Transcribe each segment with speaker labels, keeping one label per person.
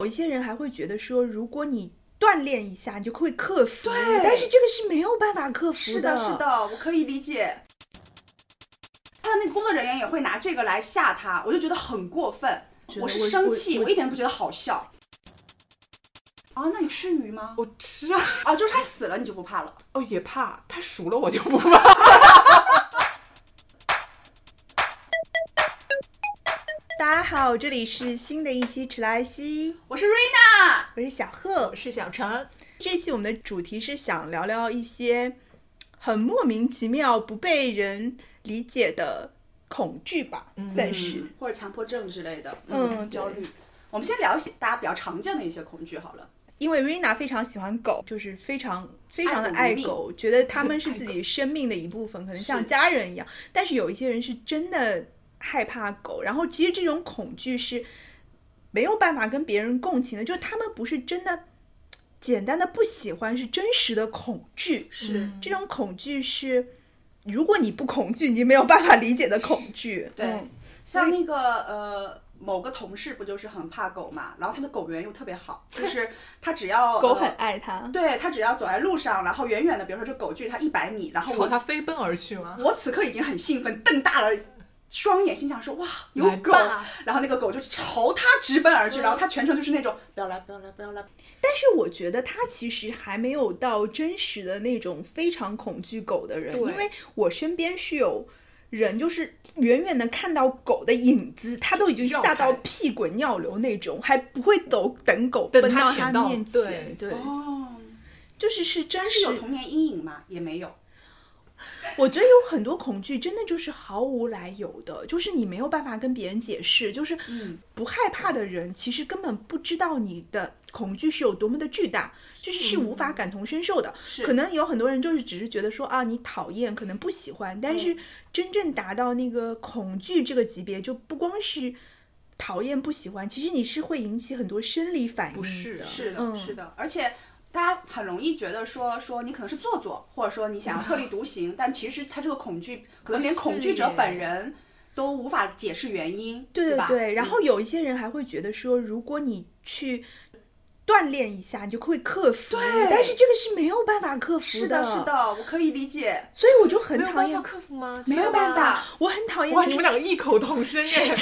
Speaker 1: 有一些人还会觉得说，如果你锻炼一下，你就会克服。
Speaker 2: 对
Speaker 1: 但是这个是没有办法克服
Speaker 2: 是的，是的，我可以理解。他的那个工作人员也会拿这个来吓他，我就觉得很过分。
Speaker 1: 觉得
Speaker 2: 我
Speaker 1: 我
Speaker 2: 是生气，
Speaker 1: 我
Speaker 2: 我一点都不觉得好笑。啊，那你吃鱼吗？
Speaker 3: 我吃啊，
Speaker 2: 啊，就是他死了你就不怕了。
Speaker 3: 哦也怕，他熟了我就不怕。
Speaker 1: 大家好，这里是新的一期迟来西，
Speaker 2: 我是瑞娜，
Speaker 1: 我是小贺
Speaker 3: 我。是小陈，
Speaker 1: 这期我们的主题是想聊聊一些很莫名其妙、不被人理解的恐惧吧，
Speaker 3: 嗯
Speaker 1: 算是。
Speaker 2: 嗯或者强迫症之类的，
Speaker 1: 嗯
Speaker 2: 焦
Speaker 1: 对
Speaker 2: 虑。我们先聊一些大家比较常见的一些恐惧好了。
Speaker 1: 因为 Rina 非常喜欢狗，就是非常非常的
Speaker 2: 爱
Speaker 1: 爱
Speaker 2: 狗如命
Speaker 1: 狗，觉得它 们是自己生命的一部分，可能像家人一样。但是有一些人是真的害怕狗，然后其实这种恐惧是没有办法跟别人共情的，就是他们不是真的简单的不喜欢，是真实的恐惧。
Speaker 2: 是
Speaker 1: 这种恐惧是，如果你不恐惧，你没有办法理解的恐惧。
Speaker 2: 对
Speaker 1: 嗯
Speaker 2: 像那个呃，某个同事不就是很怕狗嘛，然后他的狗缘又特别好，就是他只要
Speaker 1: 狗
Speaker 2: 呃
Speaker 1: 很爱它。
Speaker 2: 对他只要走在路上，然后远远的，比如说这狗距他一百米，然后
Speaker 3: 朝
Speaker 2: 啊我
Speaker 3: 他飞奔而去吗？
Speaker 2: 我此刻已经很兴奋，瞪大了双眼，心想说哇有
Speaker 3: 来
Speaker 2: 狗
Speaker 3: 吧，
Speaker 2: 然后那个狗就朝他直奔而去，然后他全程就是那种不要来不要来不要来，
Speaker 1: 但是我觉得他其实还没有到真实的那种非常恐惧狗的人，
Speaker 3: 对
Speaker 1: 因为我身边是有人，就是远远的看到狗的影子，他都已经
Speaker 3: 绕
Speaker 1: 吓到
Speaker 3: 开
Speaker 1: 屁滚尿流那种，还不会走等狗奔
Speaker 3: 它舔
Speaker 1: 他
Speaker 3: 到
Speaker 1: 面前。嗯对，
Speaker 2: 哦，
Speaker 1: 就是是真
Speaker 2: 但
Speaker 1: 实
Speaker 2: 是有童年阴影吗？也没有，
Speaker 1: 我觉得有很多恐惧真的就是毫无来由的，就是你没有办法跟别人解释，就是
Speaker 2: 嗯
Speaker 1: 不害怕的人其实根本不知道你的恐惧是有多么的巨大，就是是无
Speaker 3: 嗯
Speaker 1: 法感同身受的。
Speaker 2: 是
Speaker 1: 可能有很多人就是只是觉得说啊你讨厌，可能不喜欢，但是真正达到那个恐惧这个级别，就不光是讨厌不喜欢，其实你是会引起很多生理反应。
Speaker 3: 不是啊的，
Speaker 2: 是的，
Speaker 1: 嗯
Speaker 2: 是的，而且。大家很容易觉得说说你可能是做作，或者说你想要特立独行，但其实他这个恐惧可能连
Speaker 3: 是
Speaker 2: 恐惧者
Speaker 3: 耶
Speaker 2: 本人都无法解释原因，
Speaker 1: 对
Speaker 2: 吧？
Speaker 1: 对，然
Speaker 2: 嗯
Speaker 1: 后有一些人还会觉得说，如果你去锻炼一下，你就会克服。
Speaker 2: 对
Speaker 1: 但是这个是没有办法克服
Speaker 2: 是的，是的，我可以理解。
Speaker 1: 所以我就很
Speaker 3: 没有
Speaker 1: 讨
Speaker 3: 办法
Speaker 1: 厌，
Speaker 3: 克服吗？
Speaker 1: 没有
Speaker 2: 办
Speaker 1: 办
Speaker 2: 法
Speaker 1: 法，我很讨厌
Speaker 3: 哇，
Speaker 1: 这
Speaker 3: 你
Speaker 1: 种
Speaker 3: 们两个异口同声哎！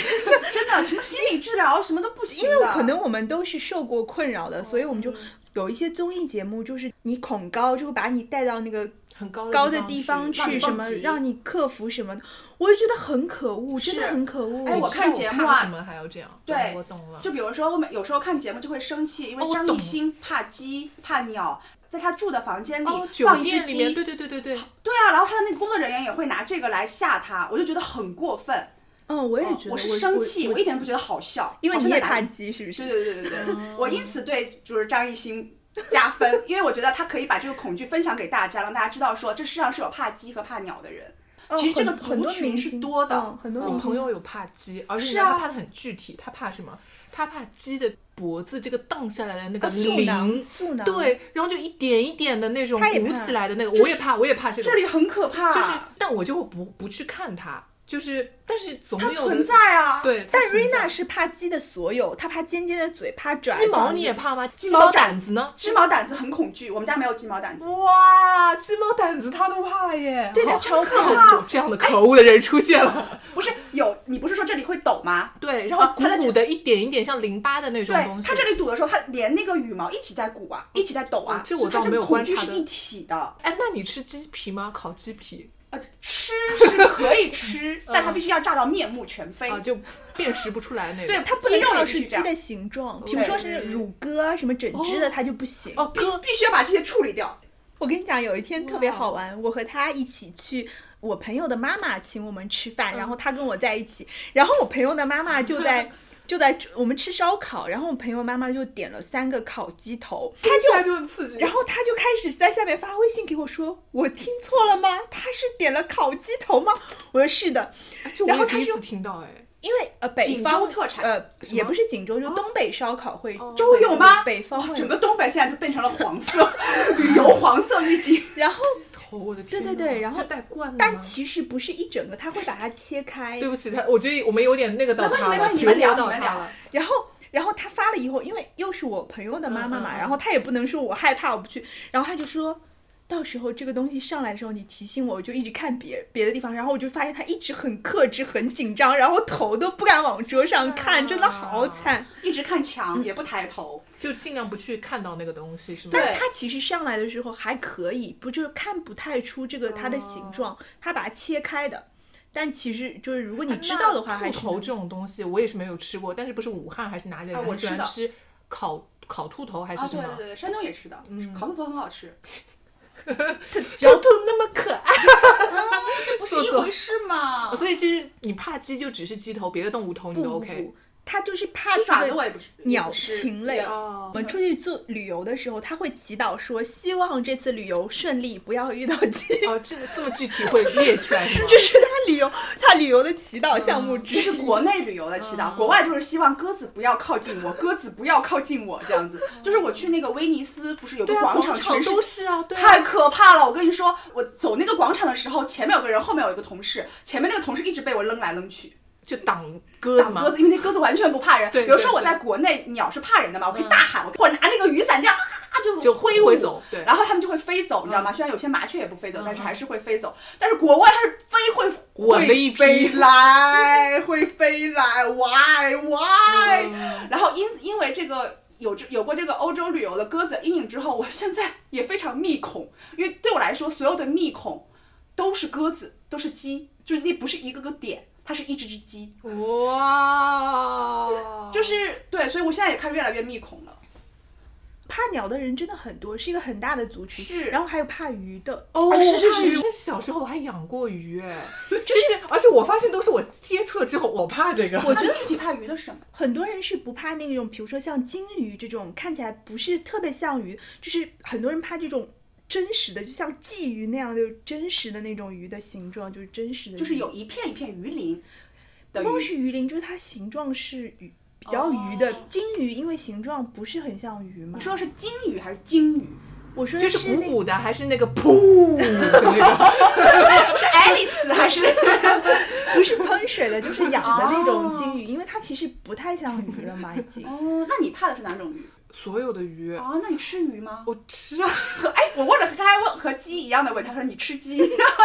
Speaker 2: 真的，什么心理治疗什么都不行的。因为
Speaker 1: 可能我们都是受过困扰的，所以我们就有一些综艺节目，就是你恐高就会把你带到那个
Speaker 3: 很高
Speaker 1: 高
Speaker 3: 的
Speaker 1: 的地方
Speaker 2: 让你
Speaker 1: 去，什
Speaker 2: 蹦
Speaker 1: 么
Speaker 2: 极
Speaker 1: 让你克服什么的，我就觉得很可恶，真的
Speaker 2: 是
Speaker 1: 很可恶。
Speaker 2: 哎我
Speaker 3: 知
Speaker 2: 看
Speaker 3: 道
Speaker 2: 节
Speaker 3: 怕
Speaker 2: 目啊
Speaker 3: 什么还要这样？
Speaker 2: 对
Speaker 3: 哦我懂了。
Speaker 2: 就比如说，我们有时候看节目就会生气，因
Speaker 3: 哦
Speaker 2: 为
Speaker 3: 我
Speaker 2: 张
Speaker 3: 懂
Speaker 2: 艺兴怕鸡、怕鸟，在他住的房间里
Speaker 3: 哦，酒
Speaker 2: 放一只
Speaker 3: 店里面，
Speaker 2: 鸡。
Speaker 3: 对对对对对，
Speaker 2: 对啊，然后他的那个工作人员也会拿这个来吓他，我就觉得很过分。
Speaker 1: 嗯，我也
Speaker 2: 嗯
Speaker 1: 觉得
Speaker 2: 我是生气，
Speaker 1: 我
Speaker 2: 我一点都不觉得好笑。哦
Speaker 1: 因为
Speaker 2: 好
Speaker 1: 你
Speaker 2: 像
Speaker 1: 也
Speaker 2: 在
Speaker 1: 怕
Speaker 2: 打
Speaker 1: 鸡，是不是
Speaker 2: 对？对对对对，
Speaker 3: 哦
Speaker 2: 我因此对就是张艺兴加分，因为我觉得他可以把这个恐惧分享给大家，让大家知道说这世上是有怕鸡和怕鸟的人。
Speaker 1: 嗯
Speaker 2: 其实这
Speaker 1: 很
Speaker 2: 个
Speaker 1: 很
Speaker 2: 族
Speaker 1: 多
Speaker 2: 群
Speaker 1: 明
Speaker 2: 是
Speaker 1: 星
Speaker 2: 多的
Speaker 1: 嗯很多
Speaker 2: 我
Speaker 3: 我
Speaker 1: 明
Speaker 3: 朋
Speaker 1: 星
Speaker 3: 友有怕鸡，而且你
Speaker 2: 是
Speaker 3: 知道
Speaker 2: 啊
Speaker 3: 他怕的很具体，他怕什么？他怕鸡的脖子这个荡下来的那个
Speaker 1: 啊素
Speaker 3: 鳞
Speaker 1: 囊，素囊，
Speaker 3: 对，然后就一点一点的那种
Speaker 1: 他也
Speaker 3: 鼓
Speaker 1: 怕
Speaker 3: 起来的那个，我也怕，我也怕这个，
Speaker 2: 这里很可怕，
Speaker 3: 就是，但我就不不去看它，就是，但是总
Speaker 2: 它
Speaker 3: 有
Speaker 2: 存在啊。
Speaker 3: 对，
Speaker 1: 但
Speaker 3: 瑞
Speaker 1: 瑞娜是怕鸡的所有，她怕尖尖的嘴，怕爪子。
Speaker 3: 鸡毛你也怕吗？鸡
Speaker 2: 毛
Speaker 3: 毛
Speaker 2: 掸
Speaker 3: 掸子呢？
Speaker 2: 鸡毛掸子很恐惧，我们家没有鸡毛掸子。
Speaker 3: 哇，鸡毛掸子他都怕耶！
Speaker 1: 对
Speaker 3: 好
Speaker 1: 她超
Speaker 3: 可
Speaker 1: 怕。
Speaker 3: 有这样的可恶的人出现了。
Speaker 2: 不是有你不是说这里会抖吗？
Speaker 3: 对，然
Speaker 2: 啊
Speaker 3: 后鼓
Speaker 2: 它在这
Speaker 3: 鼓的一点一点像淋巴的那种
Speaker 2: 对
Speaker 3: 东，西。
Speaker 2: 它这里堵的时候，它连那个羽毛一起在鼓啊，一起在抖啊，
Speaker 3: 哦这
Speaker 2: 所
Speaker 3: 我
Speaker 2: 以它
Speaker 3: 倒
Speaker 2: 这
Speaker 3: 没
Speaker 2: 个
Speaker 3: 有
Speaker 2: 恐惧
Speaker 3: 观
Speaker 2: 是
Speaker 3: 察的
Speaker 2: 一体的。嗯
Speaker 3: 哎，那你吃鸡皮吗？烤鸡皮
Speaker 2: 呃，吃是可以 吃，但它必须要炸到面目全非。
Speaker 3: 啊，就辨识不出来那种。
Speaker 2: 哎对，它不
Speaker 1: 鸡
Speaker 2: 能
Speaker 1: 肉
Speaker 2: 看
Speaker 1: 要
Speaker 2: 着
Speaker 1: 是
Speaker 2: 是这
Speaker 1: 鸡
Speaker 2: 样。
Speaker 1: 的形状，比如说是乳鸽啊，什么整只的，它就不行。
Speaker 3: 哦，
Speaker 2: 必
Speaker 3: 哥，
Speaker 2: 必须要把这些处理掉。
Speaker 1: 我跟你讲，有一天特别
Speaker 3: 哇
Speaker 1: 好
Speaker 2: 哦
Speaker 1: 玩，我和他一起去。我朋友的妈妈请我们吃饭，
Speaker 2: 嗯
Speaker 1: 然后他跟我在一起，然后我朋友的妈妈就在 就在我们吃烧烤，然后我朋友妈妈就点了三个烤鸡头，他
Speaker 2: 听起来
Speaker 1: 就
Speaker 2: 就很刺激。
Speaker 1: 然后他就开始在下面发微信给我说，我听错了吗？他是点了烤鸡头吗？我说是的，
Speaker 3: 哎这我
Speaker 1: 然后
Speaker 3: 也
Speaker 1: 它
Speaker 3: 第一
Speaker 1: 就
Speaker 3: 次听到哎。
Speaker 1: 因为呃北
Speaker 2: 锦
Speaker 1: 方
Speaker 2: 州特产哦
Speaker 1: 呃
Speaker 3: 什么
Speaker 1: 也不是锦州，就东北烧烤会
Speaker 2: 都有吗？
Speaker 1: 北方
Speaker 2: 哇
Speaker 1: 会
Speaker 2: 整个东北现在就变成了黄色， 油黄色预警。
Speaker 1: 然 后
Speaker 3: 哦，我的天呐！
Speaker 1: 对对然后
Speaker 3: 这带
Speaker 2: 嗯
Speaker 3: 罐的
Speaker 1: 但
Speaker 3: 吗
Speaker 1: 其实不是一整个，他会把它切开
Speaker 3: 对，不起，他我觉得我们有点那个到
Speaker 2: 没关系
Speaker 3: 他
Speaker 2: 没关
Speaker 3: 了，
Speaker 2: 系，你
Speaker 3: 折
Speaker 2: 们聊
Speaker 3: 磨
Speaker 2: 你
Speaker 3: 到
Speaker 2: 们
Speaker 3: 他了
Speaker 2: 聊。。
Speaker 1: 然后然后他发了以后，因为又是我朋友的妈妈嘛，
Speaker 3: 嗯嗯嗯
Speaker 1: 然后他也不能说我害怕我不去，然后他就说。到时候这个东西上来的时候，你提醒我，我就一直看别别的地方，然后我就发现他一直很克制、很紧张，然后头都不敢往桌上看，真的好
Speaker 3: 啊
Speaker 1: 惨。
Speaker 2: 一直看墙也不抬头，
Speaker 3: 就尽量不去看到那个东西，是吗？
Speaker 1: 但他其实上来的时候还可以，不就是看不太出这个它的形状，他把它切开的。但其实就是如果你知道的话，
Speaker 3: 那
Speaker 1: 还
Speaker 3: 兔
Speaker 1: 是
Speaker 3: 头这种东东西我也是没有吃过，但是不是武汉还是哪里人、
Speaker 2: 啊我
Speaker 3: 喜
Speaker 2: 知
Speaker 3: 欢
Speaker 2: 道
Speaker 3: 吃烤烤兔头还是
Speaker 2: 啊，
Speaker 3: 什
Speaker 2: 对
Speaker 3: 么？
Speaker 2: 对对，山东也吃的，烤兔头很好吃，
Speaker 1: 兔兔那么可爱。
Speaker 2: 这不是一回事嘛
Speaker 3: 哦？所以其实你怕鸡就只是鸡头，别的动物头你
Speaker 1: 不
Speaker 3: 都
Speaker 1: 不
Speaker 3: OK。
Speaker 1: 不，他就是怕
Speaker 2: 鸡爪子
Speaker 1: 这
Speaker 2: 我
Speaker 1: 个
Speaker 2: 也不吃，
Speaker 1: 鸟
Speaker 2: 也不吃
Speaker 1: 禽类
Speaker 2: 也
Speaker 3: 哦
Speaker 1: 我们出去做旅游的时候，他会祈祷说，希望这次旅游顺利，不要遇到鸡。
Speaker 3: 哦，这个这么具体会猎犬吗？
Speaker 1: 这是他旅游，他旅游的祈祷项目之
Speaker 2: 嗯这是
Speaker 1: 一
Speaker 2: 国内旅游的祈祷，国外就是希望鸽子不要靠近我，鸽子不要靠近我这样子。就是我去那个威尼斯，不是有个
Speaker 3: 对啊，
Speaker 2: 场，
Speaker 3: 广
Speaker 2: 全
Speaker 3: 场
Speaker 2: 是
Speaker 3: 都是啊，对啊
Speaker 2: 太。可怕了！我跟你说，我走那个广场的时候，前面有个人，后面有一个同事，前面那个同事一直被我扔来扔去，
Speaker 3: 就挡鸽子
Speaker 2: 挡
Speaker 3: 嘛，
Speaker 2: 鸽子，因为那鸽子完全不怕人。
Speaker 3: 对
Speaker 2: 比如说
Speaker 3: 对
Speaker 2: 我
Speaker 3: 对
Speaker 2: 在国内，鸟是怕人的嘛，我可以大喊，我拿那个雨伞这样啊就
Speaker 3: 就
Speaker 2: 挥
Speaker 3: 挥
Speaker 2: 舞
Speaker 3: 走对嗯
Speaker 2: 然后它们就会飞走，你知道吗？虽然有些麻雀也不飞走，但是还是会飞走。但是国外它是飞会
Speaker 3: 稳了一批
Speaker 2: 会飞来，会飞来，why why？、然
Speaker 3: 嗯
Speaker 2: 后因因为这个。有这有过这个欧洲旅游的鸽子阴影之后，我现在也非常密恐，因为对我来说，所有的密恐都是鸽子，都是鸡，就是那不是一个个点，它是一只只鸡。
Speaker 3: 哇，
Speaker 2: 就是对，所以我现在也看越来越密恐了。
Speaker 1: 怕鸟的人真的很多，是一个很大的族群。
Speaker 2: 是
Speaker 1: 然后还有怕鱼的。
Speaker 3: 哦，
Speaker 2: 是是是
Speaker 3: 是，小时候我还养过鱼， 哎，就是，而且我发现都是我接触了之后，我怕这个，
Speaker 2: 我觉得具体怕鱼的是什么？
Speaker 1: 很多人是不怕那种，比如说像金鱼这种看起来不是特别像鱼，就是很多人怕这种真实的，就像鲫鱼那样，就是真实的那种鱼的形状，就是真实的鱼，
Speaker 2: 就是有一片一片鱼鳞的
Speaker 1: 不光
Speaker 2: 鱼，
Speaker 1: 是鱼鳞，就是它形状是鱼比较鱼的。
Speaker 2: 哦
Speaker 1: 金鱼因为形状不是很像鱼嘛，
Speaker 2: 你说的是金鱼还是鲸鱼？
Speaker 1: 我说
Speaker 3: 就
Speaker 1: 的
Speaker 3: 是
Speaker 1: 是
Speaker 3: 鼓
Speaker 1: 那
Speaker 3: 鼓的，还是那个噗的那
Speaker 2: 是爱丽丝还是？
Speaker 1: 不是喷水的，就是养的那种
Speaker 2: 哦。
Speaker 1: 金鱼，因为它其实不太像鱼了嘛，已经
Speaker 2: 哦，那你怕的是哪种鱼？
Speaker 3: 个，所有的鱼
Speaker 2: 啊，那你吃鱼吗？
Speaker 3: 我吃啊，
Speaker 2: 哎，我问了，他还问和鸡一样的问，他说你吃鸡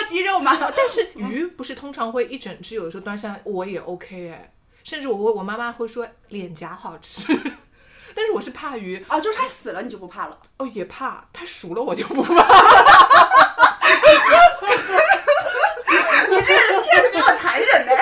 Speaker 2: 鸡肉吗？
Speaker 3: 但是鱼不是通常会一整只，有的时候端上来我也 OK 哎，甚至我我我妈妈会说脸颊好吃， 但是我是怕鱼
Speaker 2: 啊，就是它死了你就不怕了。
Speaker 3: 哦，也怕它熟了我就不怕，
Speaker 2: 你这个人天是比我残忍的。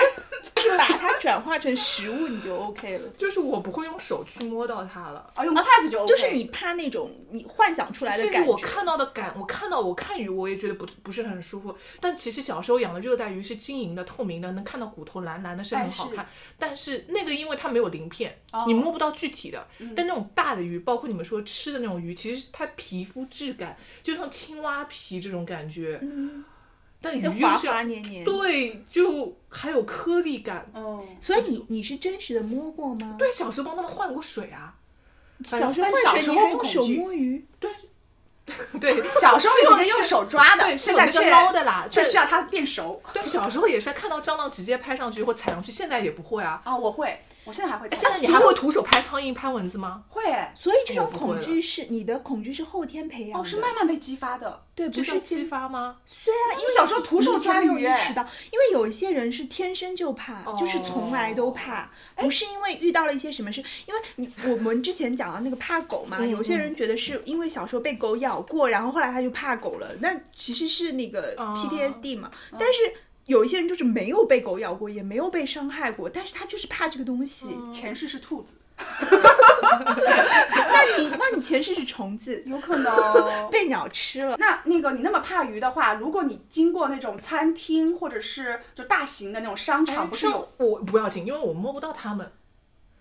Speaker 1: 是把它转化成食物，你就 OK 了。
Speaker 3: 就是我不会用手去摸到它了。
Speaker 2: 啊，用筷 子就 OK。
Speaker 1: 就是你怕那种你幻想出来的
Speaker 3: 甚
Speaker 1: 感
Speaker 3: 至
Speaker 1: 觉，
Speaker 3: 我看到的感，我看到我看鱼，我也觉得不不是很舒服。但其实小时候养的热带鱼是晶莹的、透明的，能看到骨头蓝蓝的，是
Speaker 2: 哎
Speaker 3: 很好看。但是那个因为它没有鳞片，
Speaker 2: 哦
Speaker 3: 你摸不到具体的。
Speaker 2: 嗯
Speaker 3: 但那种大的鱼，包括你们说吃的那种鱼，其实它皮肤质感就像青蛙皮这种感觉。
Speaker 2: 嗯
Speaker 3: 但鱼
Speaker 1: 就
Speaker 3: 又
Speaker 1: 滑
Speaker 3: 是
Speaker 1: 滑黏黏。
Speaker 3: 对，就还有颗粒感。
Speaker 2: 嗯，
Speaker 1: 所以你你是真实的摸过吗？
Speaker 3: 对，啊小时候帮他们换过水啊。
Speaker 1: 小时候
Speaker 2: 但
Speaker 1: 会
Speaker 2: 小
Speaker 1: 水
Speaker 2: 时
Speaker 1: 你
Speaker 2: 候
Speaker 1: 还
Speaker 2: 不
Speaker 1: 用
Speaker 2: 恐
Speaker 1: 手
Speaker 2: 惧
Speaker 1: 摸鱼，
Speaker 3: 对，
Speaker 2: 小时候
Speaker 3: 是
Speaker 2: 是
Speaker 3: 有
Speaker 2: 直接用手抓的，
Speaker 3: 对，是
Speaker 2: 现
Speaker 3: 有
Speaker 2: 在
Speaker 3: 那
Speaker 2: 却
Speaker 3: 个捞的啦，
Speaker 2: 却
Speaker 3: 但
Speaker 2: 需要它变熟。
Speaker 3: 对，小时候也是看到蟑螂直接拍上去或踩上去，现在也不会啊。
Speaker 2: 啊，我会，我现在还会
Speaker 3: 哎
Speaker 2: 做。
Speaker 3: 现在你还会徒手拍苍蝇、拍蚊子吗？
Speaker 2: 会哎
Speaker 1: 所以这
Speaker 3: 我
Speaker 1: 种
Speaker 3: 不会
Speaker 1: 恐
Speaker 3: 了
Speaker 1: 惧是你的恐惧是后天培养的。
Speaker 2: 哦，是慢慢被激发的。
Speaker 1: 对，
Speaker 3: 这
Speaker 1: 不
Speaker 3: 叫
Speaker 1: 是
Speaker 3: 激
Speaker 1: 先。
Speaker 3: 发吗？
Speaker 1: 对啊，因为
Speaker 2: 小时候徒手
Speaker 1: 你
Speaker 2: 抓
Speaker 1: 没有
Speaker 2: 鱼
Speaker 1: 意
Speaker 2: 哎
Speaker 1: 识到，因为有一些人是天生就怕，
Speaker 2: 哦
Speaker 1: 就是从来都怕，不是因为遇到了一些什么事，因为你我们之前讲到那个怕狗嘛，
Speaker 2: 嗯
Speaker 1: 有些人觉得是因为小时候被狗咬过，然后后来他就怕狗了，那其实是那个
Speaker 2: 哦
Speaker 1: PTSD 嘛，
Speaker 2: 嗯
Speaker 1: 但是。有一些人就是没有被狗咬过，也没有被伤害过，但是他就是怕这个东西。
Speaker 2: 前世是兔子，
Speaker 1: 那你那你前世是虫子，
Speaker 2: 有可能。
Speaker 1: 被鸟吃了，
Speaker 2: 那那个你那么怕鱼的话，如果你经过那种餐厅或者是就大型的那种商场，不是有
Speaker 3: 我啊不要紧，因为我摸不到它们。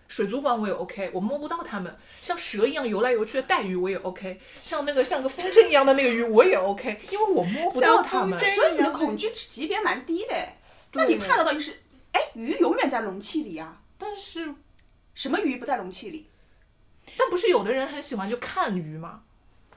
Speaker 3: 水族馆我也 OK，我摸不到它们。像蛇一样游来游去的带鱼我也 OK，像那个像个风筝一样的那个鱼我也 OK，因为我摸不到
Speaker 1: 像
Speaker 3: 它们
Speaker 1: 风。筝
Speaker 2: 所以你的恐惧级别蛮低的哎。那你怕的到底是？哎，鱼永远在容器里啊，
Speaker 3: 但是
Speaker 2: 什么鱼不在容器里？
Speaker 3: 但不是有的人很喜欢就看鱼吗？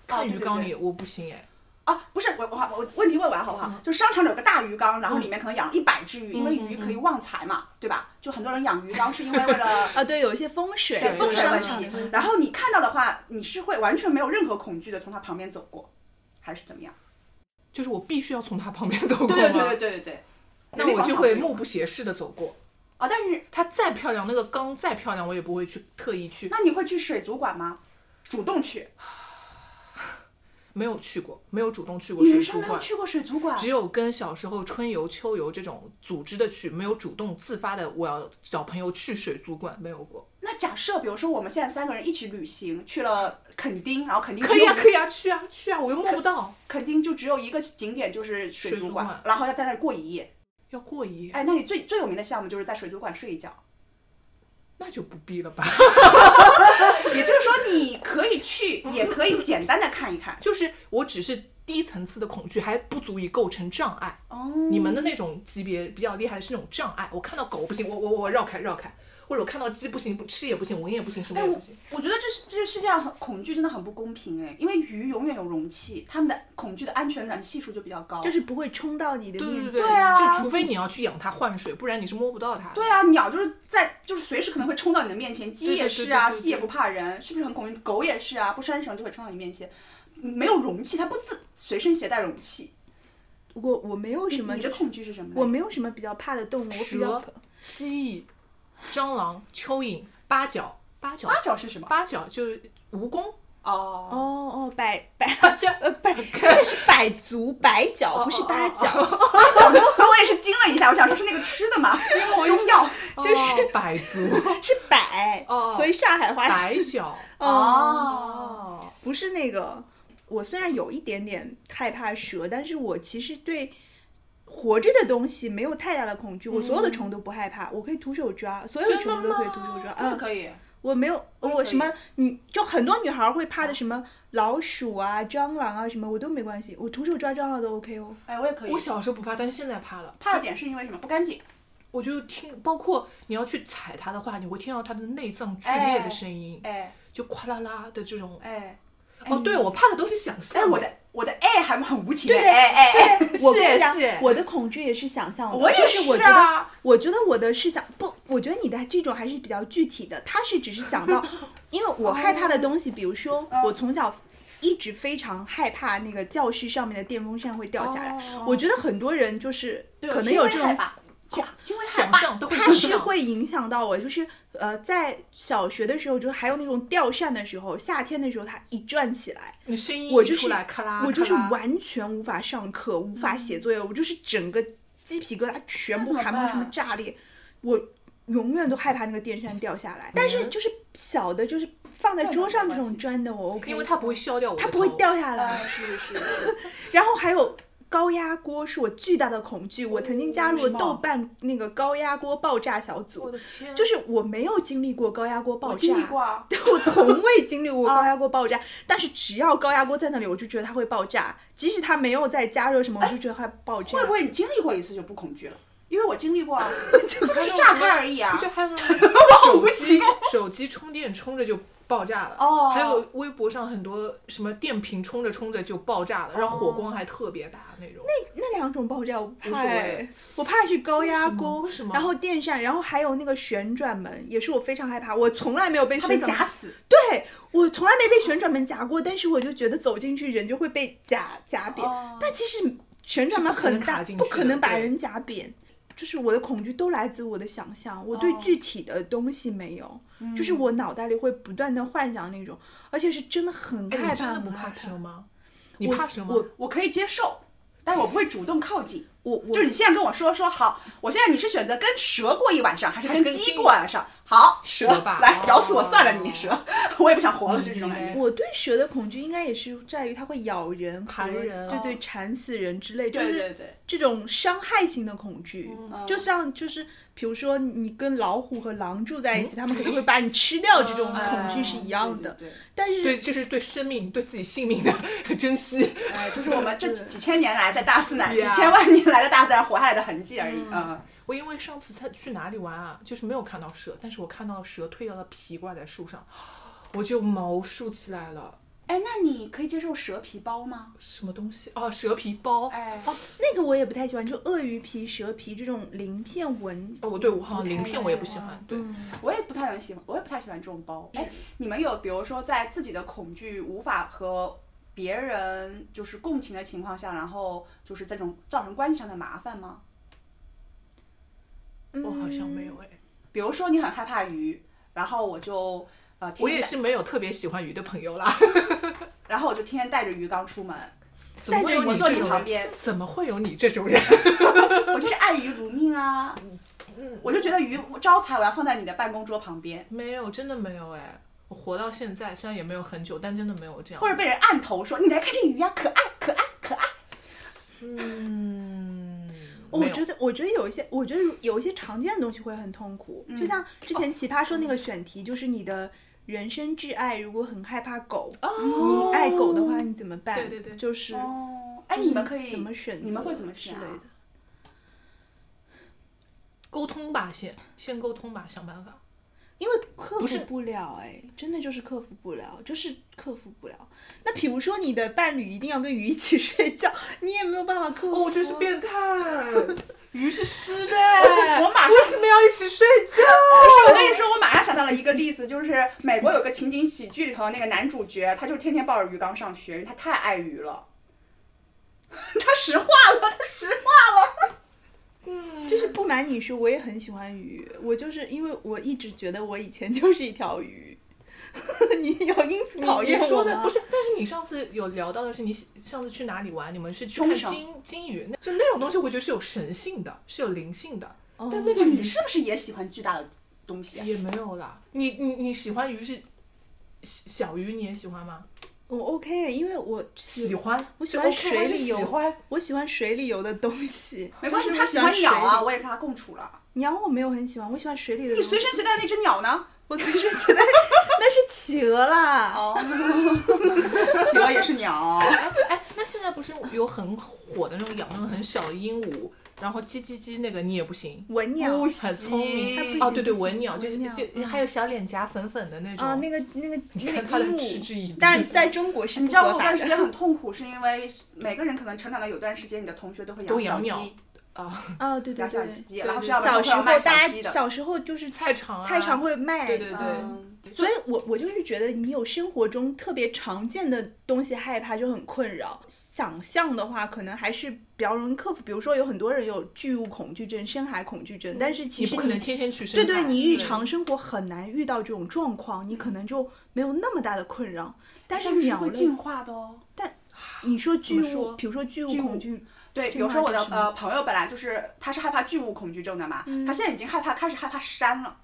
Speaker 3: 看
Speaker 2: 对
Speaker 3: 鱼
Speaker 2: 对
Speaker 3: 缸
Speaker 2: 对
Speaker 3: 里我不行哎，
Speaker 2: 啊，不是我我我问题问完好不好？就商场里有个大鱼缸，然后里面可能养了一百只鱼，因为鱼可以旺财嘛，对吧？就很多人养鱼缸是因为为了
Speaker 1: 啊，对，有一些风水
Speaker 2: 对风水问
Speaker 3: 商
Speaker 2: 题
Speaker 3: 场。
Speaker 2: 然后你看到的话，你是会完全没有任何恐惧的从它旁边走过，还是怎么样？
Speaker 3: 就是我必须要从他旁边走 过吗，
Speaker 2: 对对对对对对对。
Speaker 3: 那我就会
Speaker 2: 目
Speaker 3: 目不斜视的走过。
Speaker 2: 啊，但是
Speaker 3: 它再漂亮，那个缸再漂亮，我也不会去特意去，
Speaker 2: 那你会去水族馆吗？主动去，
Speaker 3: 没有去过，没有主动去过
Speaker 2: 女
Speaker 3: 水
Speaker 2: 生
Speaker 3: 族
Speaker 2: 没有
Speaker 3: 馆，
Speaker 2: 去过水族馆，
Speaker 3: 只有跟小时候春游、秋游这种组织的去，没有主动自发的我要找朋友去水族馆，没有过。
Speaker 2: 那假设，比如说我们现在三个人一起旅行，去了垦丁，然后垦丁
Speaker 3: 可
Speaker 2: 只
Speaker 3: 以
Speaker 2: 有
Speaker 3: 啊，可以啊，去啊，去啊，我又摸不到，
Speaker 2: 垦丁就只有一个景点，就是水族馆，
Speaker 3: 水族馆嗯
Speaker 2: 然后要在那里过一夜。
Speaker 3: 要过一夜，
Speaker 2: 哎，那你最最有名的项目就是在水族馆睡一觉，
Speaker 3: 那就不必了吧。
Speaker 2: 也就是说你可以去，也可以简单的看一看。
Speaker 3: 就是我只是低层次的恐惧，还不足以构成障碍。
Speaker 2: 哦，
Speaker 3: 你们的那种级别比较厉害的是那种障碍，我看到狗不行，我我我绕开绕开，或者我看到鸡不行，不吃也不行，闻也不行，什么
Speaker 2: 哎，
Speaker 3: 也不
Speaker 2: 我
Speaker 3: 行。
Speaker 2: 我觉得这是这个世界上很恐惧真的很不公平哎，因为鱼永远有容器，它们的恐惧的安全感系数就比较高。
Speaker 1: 就是不会冲到你的
Speaker 3: 对
Speaker 1: 面前。
Speaker 3: 对对，
Speaker 2: 对啊
Speaker 3: 就除非你要去养它换水，不然你是摸不到它的。
Speaker 2: 对啊，鸟就是在就是随时可能会冲到你的面前，鸡
Speaker 3: 对对
Speaker 2: 也
Speaker 3: 对
Speaker 2: 是
Speaker 3: 对
Speaker 2: 啊，
Speaker 3: 对
Speaker 2: 鸡也
Speaker 3: 对
Speaker 2: 不怕人，是不是很恐惧？狗也是啊，不拴绳就会冲到你面前，没有容器，它不自随身携带容器。
Speaker 1: 我我没有什么
Speaker 2: 你，的恐惧是什么呢？
Speaker 1: 我没有什么比较怕的动物，我比较
Speaker 3: 蛇
Speaker 1: 怕、
Speaker 3: 蜥蜴、蟑螂、蚯蚓、八角、八角、
Speaker 2: 八角是什么？
Speaker 3: 八角就是蜈蚣，哦
Speaker 2: 哦，
Speaker 1: 哦哦百百
Speaker 3: 八角
Speaker 1: 呃 百，那是百足百脚，
Speaker 3: 哦
Speaker 1: 不是
Speaker 3: 哦哦
Speaker 1: 八
Speaker 3: 哦
Speaker 1: 脚。
Speaker 2: 八角呢，我也是惊了一下，我想说是那个吃的嘛，中药。
Speaker 3: 就是百足、
Speaker 1: 是百，
Speaker 3: 哦
Speaker 1: 所以上海话是
Speaker 3: 白角。
Speaker 1: 哦
Speaker 2: 哦，
Speaker 1: 不是那个。我虽然有一点点害怕蛇，但是我其实对活着的东西没有太大的恐惧，我所有
Speaker 3: 嗯
Speaker 1: 的虫都不害怕，我可以徒手抓，所有的虫都可以徒手抓。
Speaker 2: 那
Speaker 1: 嗯，
Speaker 2: 可以。
Speaker 1: 我没有，
Speaker 2: 也
Speaker 1: 我
Speaker 2: 可嗯
Speaker 1: 什么女就很多女孩会怕的什么老鼠啊、蟑螂啊什么，我都没关系，我徒手抓蟑螂都 OK 哦。
Speaker 2: 哎，我也可以
Speaker 3: 我。小时候不怕，但是现在怕了。
Speaker 2: 怕的点是因为什么？不干净。
Speaker 3: 我就听，包括你要去踩它的话，你会听到它的内脏剧
Speaker 2: 哎
Speaker 3: 烈的声音，
Speaker 2: 哎
Speaker 3: 就哗啦啦的这种。
Speaker 2: 哎
Speaker 3: 哦，对，我怕的都是想
Speaker 2: 哎，
Speaker 3: 象。
Speaker 2: 我的我的哎还很无情。
Speaker 1: 对对
Speaker 2: 哎哎哎，
Speaker 1: 我跟你
Speaker 3: 谢谢
Speaker 1: 讲，我的恐惧也是想象的，
Speaker 2: 我也
Speaker 1: 就是我
Speaker 2: 是
Speaker 1: 觉得
Speaker 2: 啊。
Speaker 1: 我觉得我的是想不，我觉得你的这种还是比较具体的，他是只是想 到，因为我害怕的东西，比如说
Speaker 2: 哦
Speaker 1: 我从小一直非常害怕那个教室上面的电风扇会掉下来，
Speaker 2: 哦
Speaker 1: 我觉得很多人就是可能有这种。
Speaker 2: 吧，假轻微害
Speaker 3: 想
Speaker 2: 怕
Speaker 3: 象都会
Speaker 1: 它
Speaker 3: 想
Speaker 1: 是
Speaker 3: 象，
Speaker 1: 会影响到我，就是呃，在小学的时候，就是还有那种吊扇的时候，夏天的时候，它一转起来，
Speaker 3: 你声音
Speaker 1: 我
Speaker 3: 一
Speaker 1: 就是
Speaker 3: 出来，咔啦，
Speaker 1: 我就是
Speaker 3: 咔啦
Speaker 1: 完全无法上课，无法写作业，我就是整个鸡皮疙瘩全部
Speaker 2: 那怎么
Speaker 1: 含苞什么
Speaker 2: 办
Speaker 1: 炸裂，我永远都害怕那个电扇掉下来。但是就是小的，就是放在桌上这种砖的，我 OK，
Speaker 3: 因为它不会削掉我的
Speaker 1: 它
Speaker 3: 头，
Speaker 1: 不会掉下
Speaker 2: 啊，
Speaker 1: 来。
Speaker 2: 是是 是，
Speaker 1: 然后还有。高压锅是我巨大的恐惧，我曾经加入
Speaker 3: 为
Speaker 1: 了
Speaker 3: 什么
Speaker 1: 豆瓣那个高压锅爆炸小
Speaker 3: 我
Speaker 1: 组，
Speaker 3: 的天，
Speaker 1: 就是我没有经历过高压锅爆
Speaker 2: 我
Speaker 1: 炸，
Speaker 2: 经 历过啊。
Speaker 1: 我从未经历 过高压锅爆炸，但是只要高压锅在那里，我就觉得它会爆炸，即使它没有在加热什么，我就觉得它爆炸
Speaker 2: 哎会。不会你经历过一次就不恐惧了？因为我经历过啊，
Speaker 3: 不
Speaker 2: 就是炸开而已啊
Speaker 3: 不。是还有那种手机手机充电充着就爆炸了，
Speaker 2: 哦
Speaker 3: 还有微博上很多什么电瓶充着充着就爆炸了，然后火光还特别大那种。
Speaker 1: 那两种爆炸我不怕
Speaker 3: 无所
Speaker 1: 哎
Speaker 3: 谓，
Speaker 1: 我怕是高压锅，
Speaker 3: 为什么为什么
Speaker 1: 然后电扇，然后还有那个旋转门，也是我非常害怕，我从来没有被
Speaker 2: 它被
Speaker 1: 旋转
Speaker 2: 夹
Speaker 1: 门，
Speaker 2: 死，
Speaker 1: 对我从来没被旋转门夹过，但是我就觉得走进去人就会被夹夹扁，
Speaker 2: 哦
Speaker 1: 但其实旋转门很大，
Speaker 3: 是
Speaker 1: 不
Speaker 3: 不可能卡进去的
Speaker 1: 可能把
Speaker 3: 对
Speaker 1: 人夹扁。就是我的恐惧都来自我的想象，我对
Speaker 2: 哦
Speaker 1: 具体的东西没有，
Speaker 3: 嗯
Speaker 1: 就是我脑袋里会不断的幻想那种，而且是真的很
Speaker 3: 哎，
Speaker 1: 害
Speaker 3: 你真
Speaker 1: 怕，
Speaker 3: 的不
Speaker 1: 很
Speaker 3: 怕
Speaker 1: 害怕。
Speaker 3: 蛇吗？你怕蛇吗？
Speaker 1: 我
Speaker 2: 我可以接受，但是我不会主动靠近。
Speaker 1: 我我
Speaker 2: 就是你现在跟我说说好，我现在你是选择跟蛇过一晚上，还是
Speaker 3: 还是
Speaker 2: 跟
Speaker 3: 跟
Speaker 2: 鸡
Speaker 3: 鸡
Speaker 2: 过晚上？好，蛇哦
Speaker 3: 蛇吧
Speaker 2: 来
Speaker 3: 哦
Speaker 2: 咬死我算了，你蛇， 我也不想活了，就这种感
Speaker 3: 嗯
Speaker 2: 觉。
Speaker 1: 我对蛇的恐惧应该也是在于它会咬人、
Speaker 3: 缠
Speaker 1: 和
Speaker 3: 人
Speaker 1: 对
Speaker 3: 哦
Speaker 1: 对，缠死人之类，就
Speaker 2: 对
Speaker 1: 是
Speaker 2: 对对，
Speaker 1: 这种伤害性的恐惧。
Speaker 3: 嗯
Speaker 1: 就像就是比如说你跟老虎和狼住在一起，它们可能会把你吃掉，这种恐惧是一样的。
Speaker 2: 哦哎嗯对对对
Speaker 1: 但是
Speaker 3: 对，就是对生命、对自己性命的 珍惜。
Speaker 2: 哎，就是我们这几几千年来在大自然、几
Speaker 3: 对啊
Speaker 2: 千万年来的大自然活下来的痕迹而已。嗯，
Speaker 3: 我因为上次他去哪里玩啊，就是没有看到蛇，但是我看到蛇蜕掉的皮挂在树上，我就毛竖起来了。
Speaker 2: 哎，那你可以接受蛇皮包吗？
Speaker 3: 什么东西？哦，蛇皮包。
Speaker 2: 哎，
Speaker 1: 哦，那个我也不太喜欢，就鳄鱼皮、蛇皮这种鳞片纹。
Speaker 3: 哦，我对我好像鳞
Speaker 2: 太
Speaker 3: 片我也不
Speaker 2: 喜
Speaker 3: 喜
Speaker 2: 欢
Speaker 3: 欢，对，
Speaker 2: 我也不太能喜欢，我也不太喜欢这种包。哎，你们有比如说在自己的恐惧无法和别人就是共情的情况下，然后就是这种造成关系上的麻烦吗？
Speaker 1: 嗯
Speaker 3: 我好像
Speaker 1: 哦
Speaker 3: 没有哎。
Speaker 2: 比如说你很害怕鱼，然后我就呃天
Speaker 3: 我
Speaker 2: 天
Speaker 3: 也
Speaker 2: 带，
Speaker 3: 是没有特别喜欢鱼的朋友 啦，
Speaker 2: 然后我就天天带着鱼缸出门，
Speaker 3: 怎么会有
Speaker 2: 我
Speaker 3: 你
Speaker 2: 坐
Speaker 3: 这
Speaker 2: 你
Speaker 3: 种
Speaker 2: 旁
Speaker 3: 人？
Speaker 2: 边，
Speaker 3: 怎么会有你这种人？
Speaker 2: 我就是爱鱼如命啊。我就觉得鱼招财，我要放在你的办公桌旁边，
Speaker 3: 没有，真的没有哎。我活到现在，虽然也没有很久，但真的没有这样。
Speaker 2: 或者被人按头说你来看这鱼呀、可爱可爱可爱。
Speaker 1: 我
Speaker 3: 没有
Speaker 1: 觉得，我觉得有一些，我觉得有一些常见的东西会很痛苦，
Speaker 2: 嗯
Speaker 1: 就像
Speaker 2: 哦
Speaker 1: 之前奇葩说那个选题，就是你的人生挚爱，如果很害怕狗，你爱狗的话，你怎么办？
Speaker 3: 对对对
Speaker 1: 就是，
Speaker 2: 哦，哎，
Speaker 1: 就是
Speaker 2: 你们可以
Speaker 1: 怎么选择？
Speaker 2: 你们会怎么选、啊、
Speaker 1: 之类的？
Speaker 3: 沟通吧，先先沟通吧，想办法。
Speaker 1: 因为克
Speaker 3: 不是
Speaker 1: 服不了哎，真的就是克服不了，就是克服不了。那比如说你的伴侣一定要跟鱼一起睡觉， 你也没有办法克服、啊
Speaker 3: 哦，我觉得是变 态，鱼是湿 的，
Speaker 2: 我马上
Speaker 3: 为什么要一起睡觉？
Speaker 2: 我跟你说，我马上想到了一个例子，就是美国有个情景喜剧里头的那个男主角，他就是天天抱着鱼缸上学，因为他太爱鱼了。他石化了，他石化。
Speaker 1: 就是不瞒你说，我也很喜欢鱼，我就是因为我一直觉得我以前就是一条鱼。 你有因此讨
Speaker 3: 你
Speaker 1: 厌
Speaker 3: 你
Speaker 1: 我
Speaker 3: 说的
Speaker 1: 吗
Speaker 3: 不是，但是你上次有聊到的是你喜上次去哪里玩，你们是去
Speaker 2: 冲
Speaker 3: 看
Speaker 2: 绳
Speaker 3: 金金鱼，那就那种东西，我觉得是有神性的，是有灵性的。但哦那个
Speaker 2: 那
Speaker 3: 鱼
Speaker 2: 你是不是也喜欢巨大的东西啊？
Speaker 3: 也没有啦。你你你喜欢鱼是小小鱼，你也喜欢吗？
Speaker 1: 我 OK，因为我
Speaker 3: 喜欢，
Speaker 1: 我喜
Speaker 3: 是
Speaker 1: 欢
Speaker 3: OK 还
Speaker 1: 水
Speaker 3: 是
Speaker 1: 里游
Speaker 3: 喜欢。
Speaker 1: 我喜欢水里游的东西，
Speaker 2: 没关系，
Speaker 1: 就是
Speaker 2: 他
Speaker 1: 我
Speaker 2: 喜欢
Speaker 1: 水
Speaker 2: 鸟啊，
Speaker 1: 里。
Speaker 2: 我也跟他共处了。
Speaker 1: 鸟我没有很喜欢，我喜欢水里的
Speaker 2: 你
Speaker 1: 东西。
Speaker 2: 随身携带的那只鸟呢？
Speaker 1: 我随身携带 那是企鹅啦。
Speaker 2: 哦， 企鹅也是鸟。
Speaker 3: 哎，那现在不是有很火的那种养那种很小的鹦鹉，然后叽叽叽那个你也不行。
Speaker 1: 文鸟
Speaker 2: 不
Speaker 3: 很
Speaker 1: 它
Speaker 3: 聪
Speaker 1: 不
Speaker 3: 明
Speaker 1: 行
Speaker 3: 哦，对对，
Speaker 1: 不行
Speaker 3: 文鸟就是
Speaker 1: 文鸟
Speaker 3: 就还有小脸颊粉粉的那种
Speaker 1: 啊，那个那个
Speaker 3: 你
Speaker 1: 那个
Speaker 3: 看他的
Speaker 1: 鹦
Speaker 3: 嗤之以
Speaker 1: 鹉
Speaker 3: 鼻，
Speaker 1: 但在中国是
Speaker 2: 你
Speaker 1: 不
Speaker 2: 知道我
Speaker 1: 合
Speaker 2: 有
Speaker 1: 法
Speaker 2: 段时
Speaker 1: 的。
Speaker 2: 间很痛苦，是因为每个人可能成长到有段时间，你的同学都会
Speaker 3: 都
Speaker 2: 养小
Speaker 3: 养鸟
Speaker 2: 鸡，
Speaker 1: 啊，对对
Speaker 2: 养小
Speaker 1: 对，
Speaker 2: 鸡，然后学
Speaker 3: 对
Speaker 2: 校
Speaker 1: 小
Speaker 2: 门口
Speaker 1: 时
Speaker 2: 会有
Speaker 1: 候
Speaker 2: 卖
Speaker 1: 大
Speaker 2: 小
Speaker 1: 家
Speaker 2: 鸡的。
Speaker 1: 小时候就是
Speaker 3: 菜场啊，
Speaker 1: 菜场会卖，
Speaker 3: 对对对
Speaker 2: 嗯
Speaker 1: 所以我我就是觉得你有生活中特别常见的东西害怕就很困扰。想象的话，可能还是比较容易克服。比如说有很多人有巨物恐惧症、深海恐惧症，但是其
Speaker 3: 你
Speaker 1: 实
Speaker 3: 不可能天天去
Speaker 1: 对
Speaker 3: 深
Speaker 1: 对，
Speaker 3: 海
Speaker 1: 你日常生活很难遇到这种状况，你可能就没有那么大的困扰。但是
Speaker 2: 但是
Speaker 1: 鸟
Speaker 2: 会
Speaker 1: 类，
Speaker 2: 进化的哦。
Speaker 1: 你说巨
Speaker 3: 怎么
Speaker 1: 物，
Speaker 3: 说
Speaker 1: 比如说巨物
Speaker 2: 巨物
Speaker 1: 恐惧，
Speaker 2: 对，比
Speaker 1: 进
Speaker 2: 如
Speaker 1: 化
Speaker 2: 说我
Speaker 1: 是
Speaker 2: 的
Speaker 1: 什么
Speaker 2: 呃朋友本来就是他是害怕巨物恐惧症的嘛，
Speaker 1: 嗯
Speaker 2: 他现在已经害怕开始害怕山了。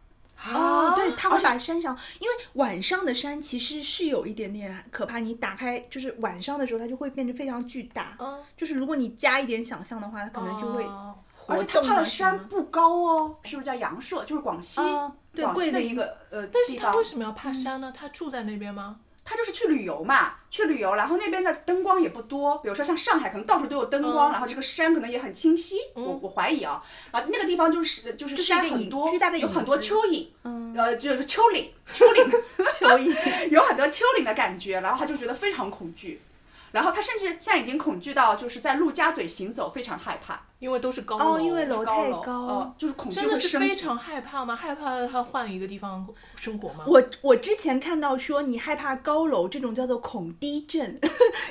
Speaker 1: 哦，
Speaker 3: 啊，
Speaker 1: 对，它会把山上，因为晚上的山其实是有一点点可怕。你打开就是晚上的时候，它就会变得非常巨大。
Speaker 3: 嗯
Speaker 1: 就是如果你加一点想象的话，它可能就会
Speaker 3: 哦
Speaker 2: 而
Speaker 1: 活
Speaker 2: 且他
Speaker 1: 动
Speaker 2: 怕
Speaker 1: 啊
Speaker 2: 的
Speaker 1: 什
Speaker 2: 山
Speaker 1: 么。
Speaker 2: 不高哦，是不是叫阳朔？就是广西，
Speaker 1: 啊，对，
Speaker 2: 广
Speaker 1: 桂
Speaker 2: 西的
Speaker 1: 林
Speaker 2: 一个呃
Speaker 3: 但是
Speaker 2: 地
Speaker 3: 他
Speaker 2: 方
Speaker 3: 为。什么要怕
Speaker 1: 嗯
Speaker 3: 山呢？他住在那边吗？
Speaker 2: 他就是去旅游嘛，去旅游，然后那边的灯光也不多，比如说像上海，可能到处都有灯光，然后这个山可能也很清晰，我我怀疑啊，然后那个地方就是就是
Speaker 1: 就是一
Speaker 2: 山
Speaker 1: 个
Speaker 2: 很
Speaker 1: 影
Speaker 2: 多，
Speaker 1: 巨大的
Speaker 2: 有
Speaker 1: 影
Speaker 2: 很多
Speaker 1: 子
Speaker 2: 蚯蚓，呃，就是丘陵，丘陵，
Speaker 1: 蚯蚓。
Speaker 2: 有很多丘陵的感觉，然后他就觉得非常恐惧，然后他甚至现在已经恐惧到就是在陆家嘴行走非常害怕，
Speaker 3: 因为都是高楼，
Speaker 1: 哦，因为
Speaker 2: 就是
Speaker 1: 楼
Speaker 2: 高
Speaker 1: 太
Speaker 2: 楼，呃，就是恐惧
Speaker 3: 真的
Speaker 2: 会
Speaker 3: 是
Speaker 2: 升
Speaker 3: 非
Speaker 2: 级
Speaker 3: 常害怕吗？害怕他换一个地方生活吗？
Speaker 1: 我我之前看到说你害怕高楼，这种叫做恐低症，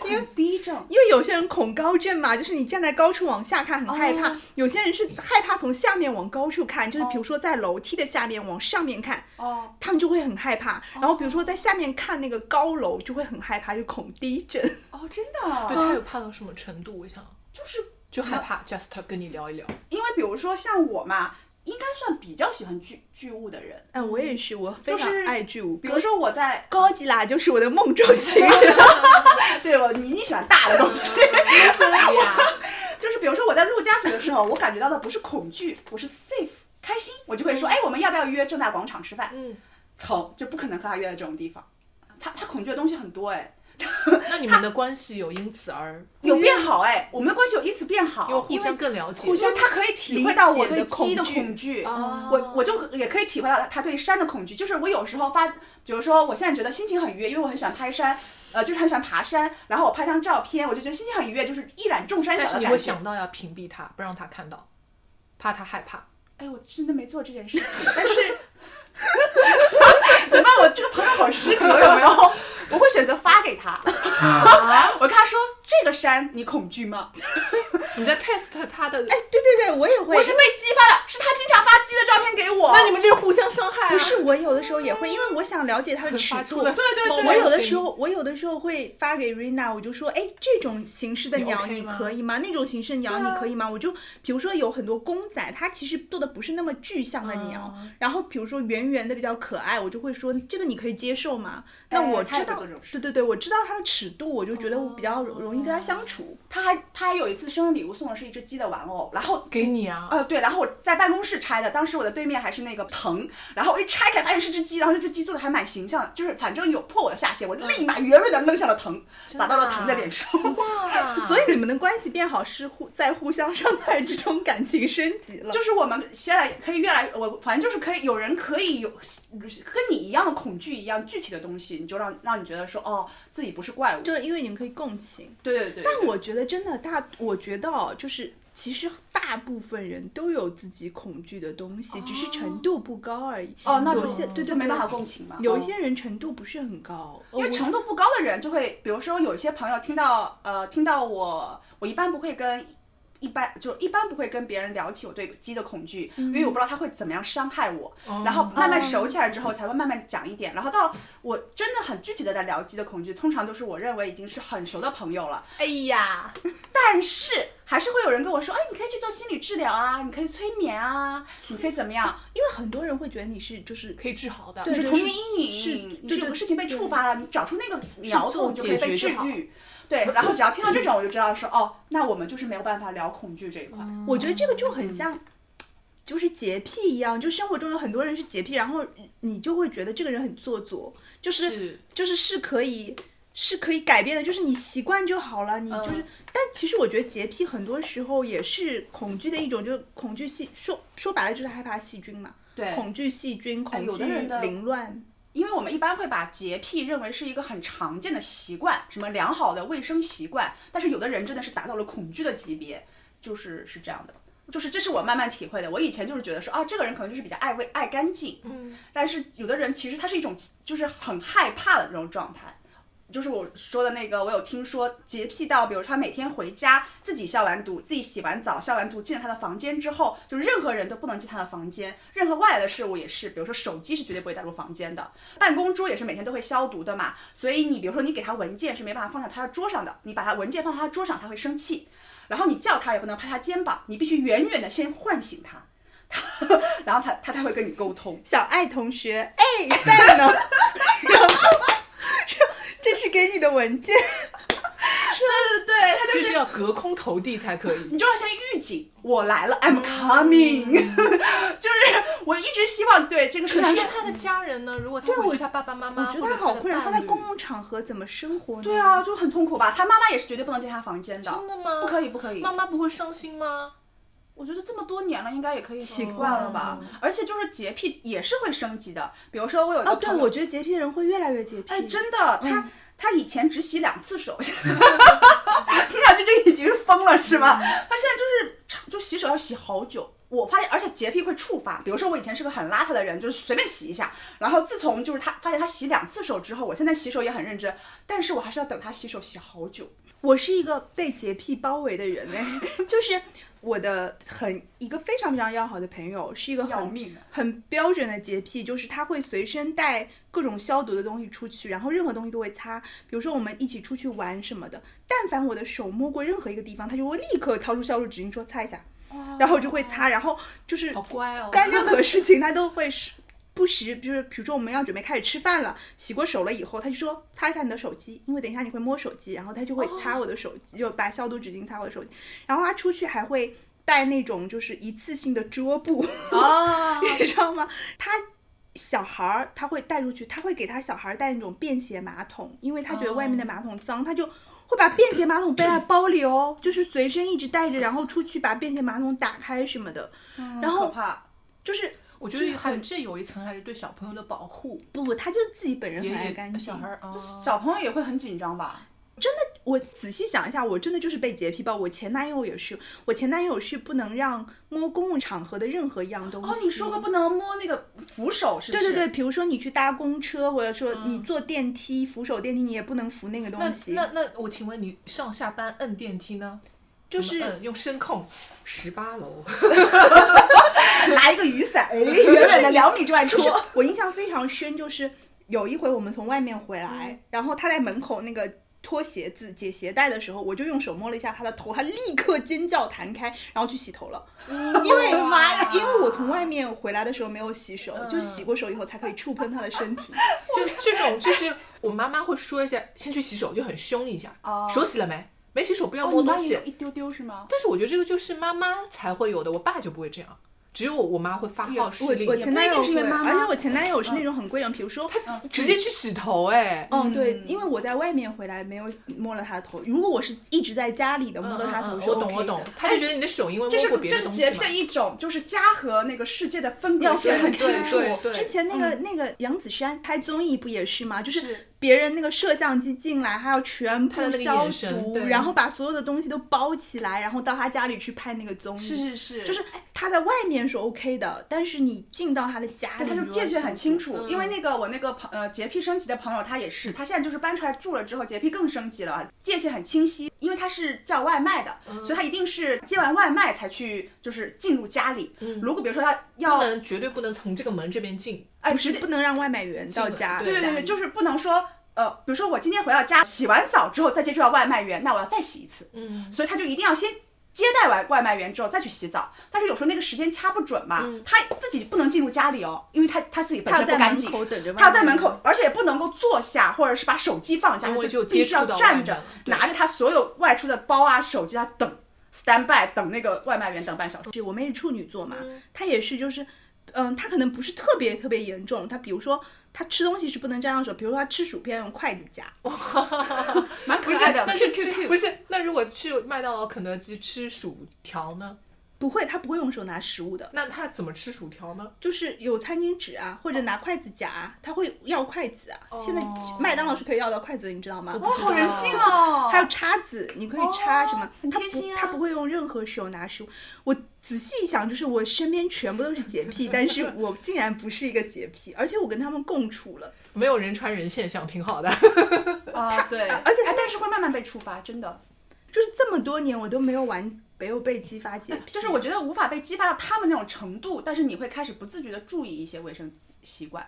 Speaker 2: 恐低症，
Speaker 1: 因为有些人恐高症嘛，就是你站在高处往下看很害怕；有些人是害怕从下面往高处看，就是比如说在楼梯的下面往上面看，
Speaker 2: 哦，
Speaker 1: 他们就会很害怕。然后比如说在下面看那个高楼，就会很害怕，就恐低症。
Speaker 2: 哦，真
Speaker 3: 对
Speaker 2: 的，
Speaker 3: 他有怕到什么程度？我想
Speaker 2: 就是
Speaker 3: 就害怕。Just 跟你 聊一聊，
Speaker 2: 因为比如说像我嘛，应该算比较喜欢巨巨物的人，
Speaker 1: 哎，我也是，我非
Speaker 2: 就
Speaker 1: 常
Speaker 2: 是
Speaker 1: 爱巨物。
Speaker 2: 比如说我在，哎
Speaker 1: 哥吉拉就是我的梦中 情人，
Speaker 2: 对我你你喜欢大的东西， 就是比如说我在陆家嘴的时候，我感觉到的不是恐惧，我是 safe 开心，我就会说，哎，我们要不要约正大广场吃饭？
Speaker 3: 嗯，
Speaker 2: 疼，就不可能和他约在这种地方。他他恐惧的东西很多哎，
Speaker 3: 那你们的关系有因此而
Speaker 2: 有变好哎，我们的关系有因此变好，
Speaker 3: 又互相更了解，
Speaker 2: 因为他可以体会到我对
Speaker 1: 理解
Speaker 2: 鸡的
Speaker 1: 的恐
Speaker 2: 恐惧，
Speaker 3: 哦
Speaker 2: 嗯我我就也可以体会到他对山的恐惧。就是我有时候发，比如说我现在觉得心情很愉悦，因为我很喜欢拍山，呃，就是很喜欢爬山，然后我拍张照片，我就觉得心情很愉悦，就是一览众山小
Speaker 3: 但
Speaker 2: 的
Speaker 3: 是
Speaker 2: 感
Speaker 3: 你
Speaker 2: 觉。
Speaker 3: 会想到要屏蔽他，不让他看到，怕他害怕。
Speaker 2: 哎，我真的没做这件事情，但是怎么办？我这个朋友好失格，有没有？我会选择发给他， 我跟他说这个山你恐惧吗？
Speaker 3: 你在 test 他的，
Speaker 1: 哎，
Speaker 2: 哦
Speaker 1: 对对对，我也会。
Speaker 2: 我是被激发的，是他经常发鸡的照片给我。
Speaker 3: 那你们这是互相伤害啊！
Speaker 1: 不是我有的时候也会，因为我想了解他的尺
Speaker 3: 发
Speaker 1: 度
Speaker 3: 出。了
Speaker 2: 对对对
Speaker 3: 猛
Speaker 1: 我
Speaker 3: 烈
Speaker 1: 有的
Speaker 3: 心
Speaker 1: 时候，我有的时候会发给 Rina，我就说，哎，这种形式的
Speaker 3: 你
Speaker 1: 鸟
Speaker 3: OK
Speaker 1: 你
Speaker 3: 吗
Speaker 1: 可以吗？那种形式的鸟你可以吗？我就比如说有很多公仔，它其实做的不是那么具象的鸟，然后比如说圆圆的比较可爱，我就会说这个你可以接受吗？那
Speaker 2: 哎
Speaker 1: 我
Speaker 2: 他
Speaker 1: 知
Speaker 2: 也会
Speaker 1: 道
Speaker 2: 做这种，事
Speaker 1: 对对对，我知道它的尺度，我就觉得我比较容易跟它相处。
Speaker 2: 他还他还有一次生日礼物送的是一只鸡的玩偶，然后
Speaker 3: 给你啊，
Speaker 2: 呃对，然后我在办公室拆的，当时我的对面还是那个藤，然后我一拆开发现是只鸡，然后这只鸡做的还蛮形象的，就是反正有破我的下限，我立
Speaker 1: 嗯
Speaker 2: 马圆润的扔向了藤，砸到了
Speaker 1: 啊
Speaker 2: 藤的脸上。
Speaker 3: 哇！
Speaker 1: 所以你们的关系变好是互在互相伤害之中感情升级了。
Speaker 2: 就是我们现在可以越来，我反正就是可以有人可以有跟你一样的恐惧一样具体的东西，你就让让你觉得说哦自己不是怪物，
Speaker 1: 就是因为你们可以共情。
Speaker 2: 对对对。
Speaker 1: 但我觉得真的大，我觉得哦，就是其实大部分人都有自己恐惧的东西，只是程度不高而已。
Speaker 2: 哦，那就
Speaker 1: 有些对
Speaker 2: 就
Speaker 1: 对
Speaker 2: 没办法
Speaker 1: 对
Speaker 2: 共情哦嘛。
Speaker 1: 有一
Speaker 2: 哦
Speaker 1: 些人程度不是很高，
Speaker 2: 因为
Speaker 1: 我
Speaker 2: 程度不高的人就会，比如说有一些朋友听到呃听到我，我一般不会跟一般就一般不会跟别人聊起我对鸡的恐惧，因为我不知道他会怎么样伤害我，然后慢慢
Speaker 3: 哦
Speaker 2: 熟起来之后才会慢慢讲一点，然后到我真的很具体的在聊鸡的恐惧，通常都是我认为已经是很熟的朋友了，
Speaker 3: 哎呀，
Speaker 2: 但是还是会有人跟我说，哎，你可以去做心理治疗啊，你可以催眠啊，你可以怎么样，
Speaker 1: 因为很多人会觉得你是就是
Speaker 3: 可以治好的。
Speaker 1: 对
Speaker 2: 是
Speaker 1: 对
Speaker 2: 童
Speaker 1: 是
Speaker 2: 年阴影，
Speaker 1: 是
Speaker 2: 你
Speaker 1: 对
Speaker 2: 是有
Speaker 1: 对
Speaker 2: 个事情被触发了，你找出那个苗头，你就可以被治愈。对，然后只要听到这种，我就知道说，哦，那我们就是没有办法聊恐惧这一块。
Speaker 1: 我觉得这个就很像，就是洁癖一样，就生活中有很多人是洁癖，然后你就会觉得这个人很做作，就是
Speaker 3: 是
Speaker 1: 就是是可以是可以改变的，就是你习惯就好了，你就是。
Speaker 2: 嗯
Speaker 1: 但其实我觉得洁癖很多时候也是恐惧的一种，就是恐惧细说说白了就是害怕细菌嘛，
Speaker 2: 对，哎
Speaker 1: 恐惧细菌，恐
Speaker 2: 有
Speaker 1: 惧
Speaker 2: 的人的
Speaker 1: 凌乱。
Speaker 2: 因为我们一般会把洁癖认为是一个很常见的习惯，什么良好的卫生习惯，但是有的人真的是达到了恐惧的级别，就是是这样的。就是这是我慢慢体会的。我以前就是觉得说啊，这个人可能就是比较爱卫爱干净，嗯，但是有的人其实他是一种就是很害怕的这种状态。就是我说的那个，我有听说洁癖到，比如他每天回家自己消完毒，自己洗完澡、消完毒，进了他的房间之后，就任何人都不能进他的房间，任何外来的事物也是，比如说手机是绝对不会带入房间的，办公桌也是每天都会消毒的嘛，所以你比如说你给他文件是没办法放在他的桌上的，你把他文件放在他桌上，他会生气，然后你叫他也不能拍他肩膀，你必须远远的先唤醒他， 他然后才他才会跟你沟通。
Speaker 1: 小爱同学，哎，在呢。 然后说这是给你的文件，
Speaker 2: 对对对，他就
Speaker 3: 就是要隔空投递才可以。
Speaker 2: 你就要先预警，我来了，I'm coming，就是我一直希望对这个
Speaker 3: 可
Speaker 2: 是
Speaker 3: 是他的家人呢？如果他回去，他爸爸妈妈，
Speaker 1: 我
Speaker 2: 啊
Speaker 1: 觉得他好困扰，他在公共场合怎么生活呢？
Speaker 2: 对，啊，就很痛苦吧？他妈妈也是绝对不能进他房间的，
Speaker 3: 真的吗？
Speaker 2: 不可以，不可以。
Speaker 3: 妈妈不会伤心吗？
Speaker 2: 我觉得这么多年了，应该也可以习
Speaker 1: 惯
Speaker 2: 惯了吧？而且就是洁癖也是会升级的，比如说我有一个
Speaker 1: 哦，对，
Speaker 2: 朋友
Speaker 1: 我觉得洁癖的人会越来越洁癖。
Speaker 2: 哎，真的，他
Speaker 1: 嗯
Speaker 2: 他以前只洗两次手， 听上去这已经是疯了是
Speaker 1: 嗯
Speaker 2: 吗？他现在就是常就洗手要洗好久。我发现，而且洁癖会触发，比如说我以前是个很邋遢的人，就是随便洗一下。然后自从就是他发现他洗两次手之后，我现在洗手也很认真，但是我还是要等他洗手洗好久。
Speaker 1: 我是一个被洁癖包围的人呢、哎 就是我的很一个非常非常要好的朋友，是一个
Speaker 2: 要
Speaker 1: 很
Speaker 2: 命啊
Speaker 1: 很标准的洁癖，就是他会随身带各种消毒的东西出去，然后任何东西都会擦。比如说我们一起出去玩什么的，但凡我的手摸过任何一个地方，他就会立刻掏出消毒纸巾说擦一下，
Speaker 2: 哦
Speaker 1: 然后我就会擦，然后就是
Speaker 3: 好乖哦。
Speaker 1: 干任何事情他都会是不时，就是比如说我们要准备开始吃饭了，洗过手了以后，他就说擦一下你的手机，因为等一下你会摸手机，然后他就会擦我的手机，就把消毒纸巾擦我的手机，然后他出去还会带那种就是一次性的桌布，
Speaker 2: 啊！
Speaker 1: 你知道吗？他。小孩儿他会带出去，他会给他小孩儿带那种便携马桶，因为他觉得外面的马桶脏，他就会把便携马桶背在包里哦，就是随身一直带着，然后出去把便携马桶打开什么的，然
Speaker 2: 可
Speaker 1: 后
Speaker 2: 怕。
Speaker 1: 就是
Speaker 3: 我觉得还这有一层还是对小朋友的保护，
Speaker 1: 不不，他就是自己本人
Speaker 3: 也
Speaker 1: 很爱
Speaker 3: 也
Speaker 1: 哎干净
Speaker 3: 小。孩儿啊，
Speaker 2: 小呃朋友也会很紧张吧？
Speaker 1: 我仔细想一下，我真的就是被洁癖包。我前男友也是，我前男友是不能让摸公共场合的任何一样东西。
Speaker 2: 哦，你说过不能摸那个扶手，是不
Speaker 1: 对
Speaker 2: 是？
Speaker 1: 对对，比如说你去搭公车，或者说你坐电梯，扶手电梯，你也不能扶那个
Speaker 3: 嗯那
Speaker 1: 东西。
Speaker 3: 那那我请问你上下班摁电梯呢？
Speaker 1: 就
Speaker 3: 怎么呃
Speaker 1: 是
Speaker 3: 摁用声控，十八楼。
Speaker 2: 对，拿一个 雨伞，哎，远远的两米之外
Speaker 1: 就是
Speaker 2: 戳。
Speaker 1: 我印象非常深，就是有一回我们从外面回来，
Speaker 3: 嗯
Speaker 1: 然后他在门口那个脱鞋子解鞋带的时候，我就用手摸了一下他的头，他立刻尖叫弹开，然后去洗头了。
Speaker 2: 嗯
Speaker 1: 因为
Speaker 3: 妈呀
Speaker 1: 因为我从外面回来的时候没有洗手，
Speaker 2: 嗯
Speaker 1: 就洗过手以后才可以触碰他的身体。
Speaker 3: 就这种，就是我妈妈会说一下，先去洗手，就很凶一下。
Speaker 2: 哦
Speaker 3: 手洗了没？没洗手不要
Speaker 2: 哦，
Speaker 3: 摸
Speaker 2: 你妈
Speaker 3: 东
Speaker 2: 也
Speaker 3: 西
Speaker 2: 有。一丢丢是吗？
Speaker 3: 但是我觉得这个就是妈妈才会有的，我爸就不会这样，只有我我妈会发号施令
Speaker 1: 哎我，前男
Speaker 2: 那
Speaker 1: 友
Speaker 2: 一定是因为
Speaker 1: 会
Speaker 2: 妈妈嗯
Speaker 1: 而且我前男友是那种很贵人，比如说他
Speaker 3: 直接去洗头哎。
Speaker 1: 嗯，对，因为我在外面回来没有摸了他的头。如果我是一直在家里的摸了他
Speaker 3: 嗯
Speaker 1: 头
Speaker 3: 嗯
Speaker 1: 是
Speaker 3: 我
Speaker 1: OK 的，哎
Speaker 3: 懂我懂，他就觉得你的手因为
Speaker 2: 这
Speaker 3: 摸
Speaker 2: 是
Speaker 3: 过别
Speaker 2: 这
Speaker 3: 的
Speaker 2: 是
Speaker 3: 东
Speaker 2: 洁
Speaker 3: 西
Speaker 2: 癖
Speaker 3: 嘛
Speaker 2: 的。一种，就是家和那个世界的分别
Speaker 1: 要
Speaker 2: 线
Speaker 1: 分
Speaker 2: 很
Speaker 1: 得
Speaker 2: 清
Speaker 1: 清
Speaker 2: 楚。
Speaker 3: 对对
Speaker 1: 之前那
Speaker 2: 嗯
Speaker 1: 个、那个杨子姗拍综艺不也是吗？就是
Speaker 2: 是
Speaker 1: 别人那个摄像机进来，还要全部
Speaker 3: 看到那个
Speaker 1: 消
Speaker 3: 眼神
Speaker 1: 毒，
Speaker 3: 对
Speaker 1: 然后把所有的东西都包起来，然后到他家里去拍那个综艺。
Speaker 2: 是是是，
Speaker 1: 就是他在外面是 OK 的，但是你进到他的家里，
Speaker 2: 他就
Speaker 1: 你
Speaker 2: 界
Speaker 1: 要
Speaker 2: 限很清楚，
Speaker 3: 嗯
Speaker 2: 因为那个我那个朋呃洁癖升级的朋友，他也是，他现在就是搬出来住了之后，洁癖更升级了，界限很清晰，因为他是叫外卖的，
Speaker 3: 嗯
Speaker 2: 所以他一定是接完外卖才去就是进入家里。如果比如说他
Speaker 3: 嗯不
Speaker 2: 要
Speaker 3: 能嗯绝对不能从这个门这边进，
Speaker 2: 哎
Speaker 1: 不是
Speaker 2: 绝
Speaker 1: 不能让外卖员到家，
Speaker 3: 对
Speaker 2: 对对
Speaker 1: 家
Speaker 2: 对，
Speaker 1: 里
Speaker 2: 就是不能说。呃，比如说我今天回到家，洗完澡之后再接触到外卖员，那我要再洗一次，
Speaker 3: 嗯，
Speaker 2: 所以他就一定要先接待完外卖员之后再去洗澡。但是有时候那个时间掐不准嘛，他自己不能进入家里哦，因为他他自己本
Speaker 1: 他
Speaker 2: 身
Speaker 1: 要在
Speaker 2: 不干
Speaker 1: 门
Speaker 2: 净，
Speaker 1: 口等着外卖员，
Speaker 2: 他要在门口，而且不能够坐下，或者是把手机放下，
Speaker 3: 因为
Speaker 2: 他
Speaker 3: 就
Speaker 2: 必须要
Speaker 3: 接触到
Speaker 2: 站着
Speaker 3: 外卖，对
Speaker 2: 拿着他所有外出的包啊、手机啊等 stand by 等那个外卖员等半小时。
Speaker 1: 是我妹是处女座嘛，她也是就是，嗯，她可能不是特别特别严重，她比如说她吃东西是不能沾到手，比如说她吃薯片用筷子夹，
Speaker 2: 哦蛮可
Speaker 3: 不是，
Speaker 2: 爱的。
Speaker 3: 但是
Speaker 2: Q Q
Speaker 3: 吃
Speaker 2: Q
Speaker 3: 不是，那如果去麦当劳、肯德基吃薯条呢？
Speaker 1: 不会，她不会用手拿食物的，
Speaker 3: 那他怎么吃薯条呢？
Speaker 1: 就是有餐巾纸啊，或者
Speaker 2: 哦
Speaker 1: 拿筷子夹、啊，她会要筷子啊。现在
Speaker 3: 哦
Speaker 1: 麦当劳是可以要到筷子的，你知道吗？
Speaker 3: 不
Speaker 2: 哇，好人性
Speaker 1: 啊
Speaker 2: 哦！
Speaker 1: 还有叉子，你可以插什么？
Speaker 2: 很
Speaker 1: 他
Speaker 2: 贴
Speaker 1: 不
Speaker 2: 心，啊
Speaker 1: 他不会用任何手拿食物。我仔细一想，就是我身边全部都是洁癖，但是我竟然不是一个洁癖，而且我跟他们共处了。
Speaker 3: 没有人传人现象，挺好的。
Speaker 2: 啊，对，
Speaker 1: 而且他
Speaker 2: 哎但是会慢慢被触发，真的，
Speaker 1: 就是这么多年我都没有玩，没有被激发洁癖，
Speaker 2: 就是我觉得无法被激发到他们那种程度，但是你会开始不自觉的注意一些卫生习惯。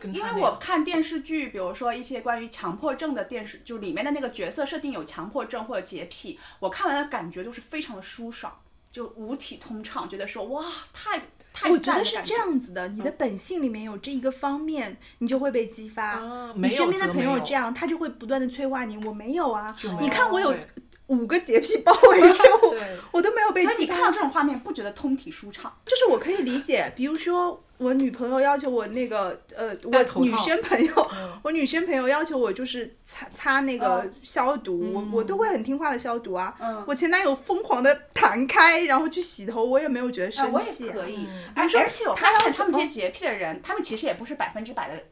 Speaker 3: 跟
Speaker 2: 因
Speaker 3: 他
Speaker 2: 为
Speaker 3: 那
Speaker 2: 我
Speaker 3: 个
Speaker 2: 看电视剧，比如说一些关于强迫症的电视，就里面的那个角色设定有强迫症或者洁癖，我看完的感觉都是非常的舒爽，就五体通畅，觉得说哇，太太
Speaker 1: 我觉
Speaker 2: 赞
Speaker 1: 得
Speaker 2: 的
Speaker 1: 是
Speaker 2: 感
Speaker 1: 这。样子的，你的本性里面有这一个方面，你就会被激发。
Speaker 3: 啊
Speaker 1: 你
Speaker 3: 没有
Speaker 1: 身边的
Speaker 3: 则
Speaker 1: 朋
Speaker 3: 没
Speaker 1: 友
Speaker 3: 有
Speaker 1: 这样，他就会不断的催化你。我没有啊
Speaker 3: 就，没
Speaker 1: 你
Speaker 3: 有
Speaker 1: 看我有
Speaker 3: 对
Speaker 1: 五个洁癖包围着我
Speaker 3: 对，
Speaker 1: 我都没有被
Speaker 2: 所以
Speaker 1: 激
Speaker 2: 你看到
Speaker 1: 发。
Speaker 2: 这种画面，不觉得通体舒畅？
Speaker 1: 就是我可以理解，比如说我女朋友要求我那个呃，
Speaker 3: 戴
Speaker 1: 我
Speaker 3: 头
Speaker 1: 女
Speaker 3: 套
Speaker 1: 生朋友，我女生朋友要求我就是擦擦那个
Speaker 2: 嗯
Speaker 1: 消毒，我我都会很听话的消毒啊。
Speaker 2: 嗯
Speaker 1: 我前男友疯狂的弹开，然后去洗头，我也没有觉得
Speaker 2: 啊，
Speaker 1: 生
Speaker 2: 我
Speaker 1: 气、嗯
Speaker 2: 也可以。
Speaker 1: 比如
Speaker 2: 而
Speaker 1: 说
Speaker 2: 而且我
Speaker 1: 他
Speaker 2: 发
Speaker 1: 要
Speaker 2: 现
Speaker 1: 是
Speaker 2: 他们这些洁癖的人，他们其实也不是百分之百的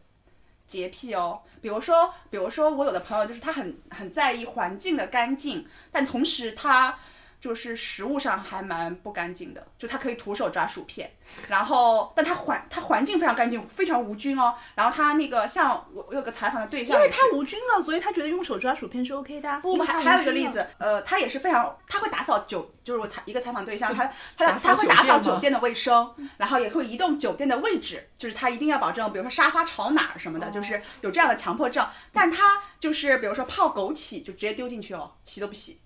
Speaker 2: 洁癖哦。比如说，比如说我有的朋友就是他很很在意环境的干净，但同时他就是食物上还蛮不干净的，就他可以徒手抓薯片，然后但他环他环境非常干净，非常无菌哦。然后他那个像我我有个采访的对象
Speaker 1: 因
Speaker 2: 也
Speaker 1: 为
Speaker 2: 是，
Speaker 1: 他无菌了，所以他觉得用手抓薯片是 OK 的啊。
Speaker 2: 不
Speaker 1: 因为他
Speaker 2: 还还有一个
Speaker 1: 无菌
Speaker 2: 例
Speaker 1: 了，
Speaker 2: 子，呃，他也是非常，他会打扫酒，就是我采一个采访对象，他
Speaker 3: 打
Speaker 2: 他
Speaker 3: 扫
Speaker 2: 他会打扫
Speaker 3: 酒店吗嗯
Speaker 2: 酒店的卫生，然后也会移动酒店的位置，就是他一定要保证，比如说沙发朝哪儿什么的，就是
Speaker 3: 哦
Speaker 2: 有这样的强迫症。但他就是比如说泡枸杞就直接丢进去哦，洗都不洗，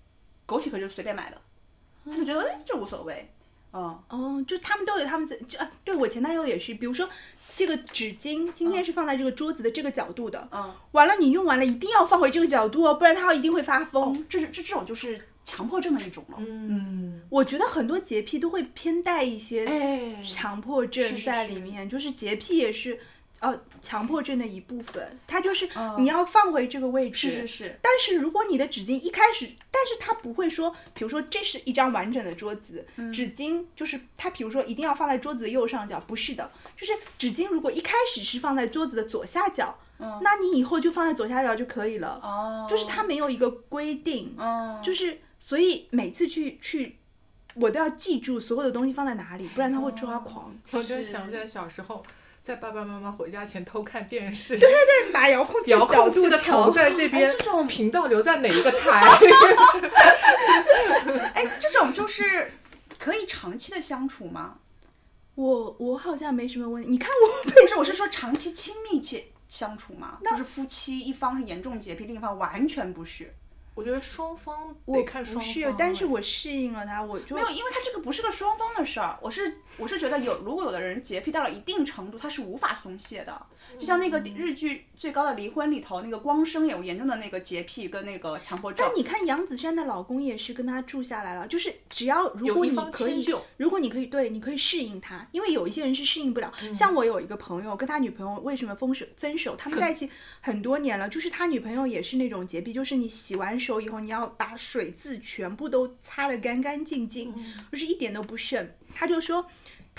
Speaker 2: 枸杞可就是随便
Speaker 3: 哦
Speaker 2: 买的，他就觉得哎这无所谓，嗯，
Speaker 1: 哦，就他们都有他们自就啊，对我前男友也是，比如说这个纸巾今天是放在这个桌子的这个角度的，
Speaker 2: 嗯，
Speaker 1: 完了你用完了一定要放回这个角度哦，不然它一定会发疯。
Speaker 2: 这是这这种就是强迫症的一种了。
Speaker 3: 嗯，
Speaker 1: 我觉得很多洁癖都会偏带一些
Speaker 2: 哎，
Speaker 1: 强迫症
Speaker 2: 是是
Speaker 1: 在
Speaker 2: 是
Speaker 1: 里面，就是洁癖也是呃强迫症的一部分，它就是你要放回这个位置。
Speaker 2: 嗯是是是，
Speaker 1: 但是如果你的纸巾一开始，但是它不会说，比如说这是一张完整的桌子，
Speaker 2: 嗯
Speaker 1: 纸巾就是它，比如说一定要放在桌子的右上角，不是的，就是纸巾如果一开始是放在桌子的左下角，那你以后就放在左下角就可以了，
Speaker 2: 嗯哦，
Speaker 1: 就是它没有一个规定，
Speaker 2: 嗯，
Speaker 1: 就是所以每次去去。我都要记住所有的东西放在哪里，不然它会抓狂。
Speaker 3: 我就想起来小时候，在爸爸妈妈回家前偷看电视，
Speaker 1: 对，啊把遥控器的
Speaker 3: 遥
Speaker 1: 角
Speaker 3: 控
Speaker 1: 度
Speaker 3: 器的
Speaker 1: 调
Speaker 3: 头在这边
Speaker 2: 哎这种，
Speaker 3: 频道留在哪一个台？
Speaker 2: 哎，这种就是可以长期的相处吗？
Speaker 1: 我我好像没什么问题。你看我
Speaker 2: 不是，我是说长期亲密且相处吗？就是夫妻一方是严重洁癖，另一方完全不是。
Speaker 3: 我觉得双方
Speaker 1: 我
Speaker 3: 得看
Speaker 1: 不
Speaker 3: 双方
Speaker 1: 是
Speaker 3: 哎，，
Speaker 1: 但是我适应了它，我就
Speaker 2: 没有，因为他这个不是个双方的事儿。我是我是觉得有，如果有的人洁癖到了一定程度，他是无法松懈的。就像那个日剧《最高的离婚》里头，那个光生有严重的那个洁癖跟那个强迫症
Speaker 1: 但。你看杨子姗的老公也是跟她住下来了，就是只要如
Speaker 3: 有
Speaker 1: 果
Speaker 3: 一
Speaker 1: 你
Speaker 3: 方
Speaker 1: 可
Speaker 3: 迁
Speaker 1: 以
Speaker 3: 就，
Speaker 1: 如果你可以对，你可以适应他，因为有一些人是适应不了。
Speaker 3: 嗯
Speaker 1: 像我有一个朋友，跟他女朋友为什么分手分手？他 们在一起很多年了，就是他女朋友也是那种洁癖，就是你洗完手以后，你要把水渍全部都擦得干干净净，
Speaker 3: 嗯
Speaker 1: 就是一点都不剩。他就说。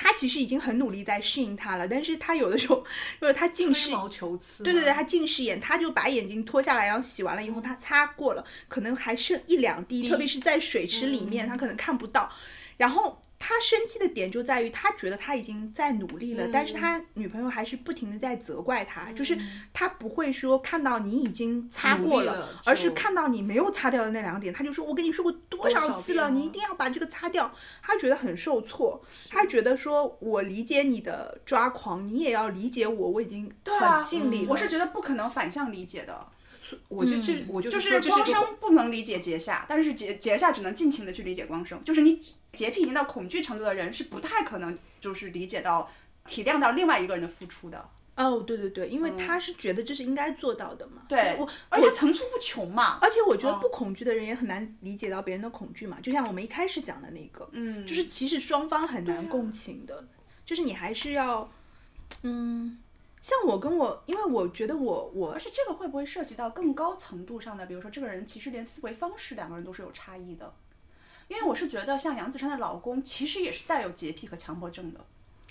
Speaker 1: 他其实已经很努力在适应他了，但是他有的时候，就是他近视
Speaker 3: 吹毛求疵。
Speaker 1: 对对对，，他近视眼，他就把眼睛脱下来，然后洗完了以后，他擦过了，可能还剩一两滴，特别是在水池里面，他可能看不到。然后他生气的点就在于，他觉得他已经在努力了，但是他女朋友还是不停的在责怪他，就是他不会说看到你已经擦
Speaker 3: 努
Speaker 1: 过
Speaker 3: 力
Speaker 1: 了，
Speaker 3: 了
Speaker 1: 而是
Speaker 3: 就
Speaker 1: 看到你没有擦掉的那两点，他就说我跟你说过多少
Speaker 3: 少
Speaker 1: 次
Speaker 3: 遍
Speaker 1: 了，你一
Speaker 3: 了
Speaker 1: 定要把这个擦掉。他觉得很受挫，他觉得说我理解你的抓狂，你也要理解我，我已经
Speaker 2: 啊
Speaker 1: 很尽力了。
Speaker 2: 我是觉得不可能反向理解的，
Speaker 3: 我就这，我就
Speaker 2: 就是
Speaker 3: 说
Speaker 2: 是
Speaker 3: 这
Speaker 2: 光
Speaker 3: 是一个
Speaker 2: 生不能理解结夏，但是结结夏只能尽情的去理解光生。就是你洁癖已经到恐惧程度的人，是不太可能就是理解到、体谅到另外一个人的付出的。
Speaker 1: 哦，对对对，因为他是觉得这是应该做到的嘛。
Speaker 2: 对
Speaker 1: 我
Speaker 2: 而且层出不穷嘛。
Speaker 1: 而且我觉得不恐惧的人也很难理解到别人的恐惧嘛，就像我们一开始讲的那个，
Speaker 2: 嗯，
Speaker 1: 就是其实双方很难共情的，就是你还是要，嗯，像我跟我，因为我觉得我我
Speaker 2: 而且这个会不会涉及到更高程度上的，比如说这个人其实连思维方式两个人都是有差异的，因为我是觉得像杨子姗的老公其实也是带有洁癖和强迫症的，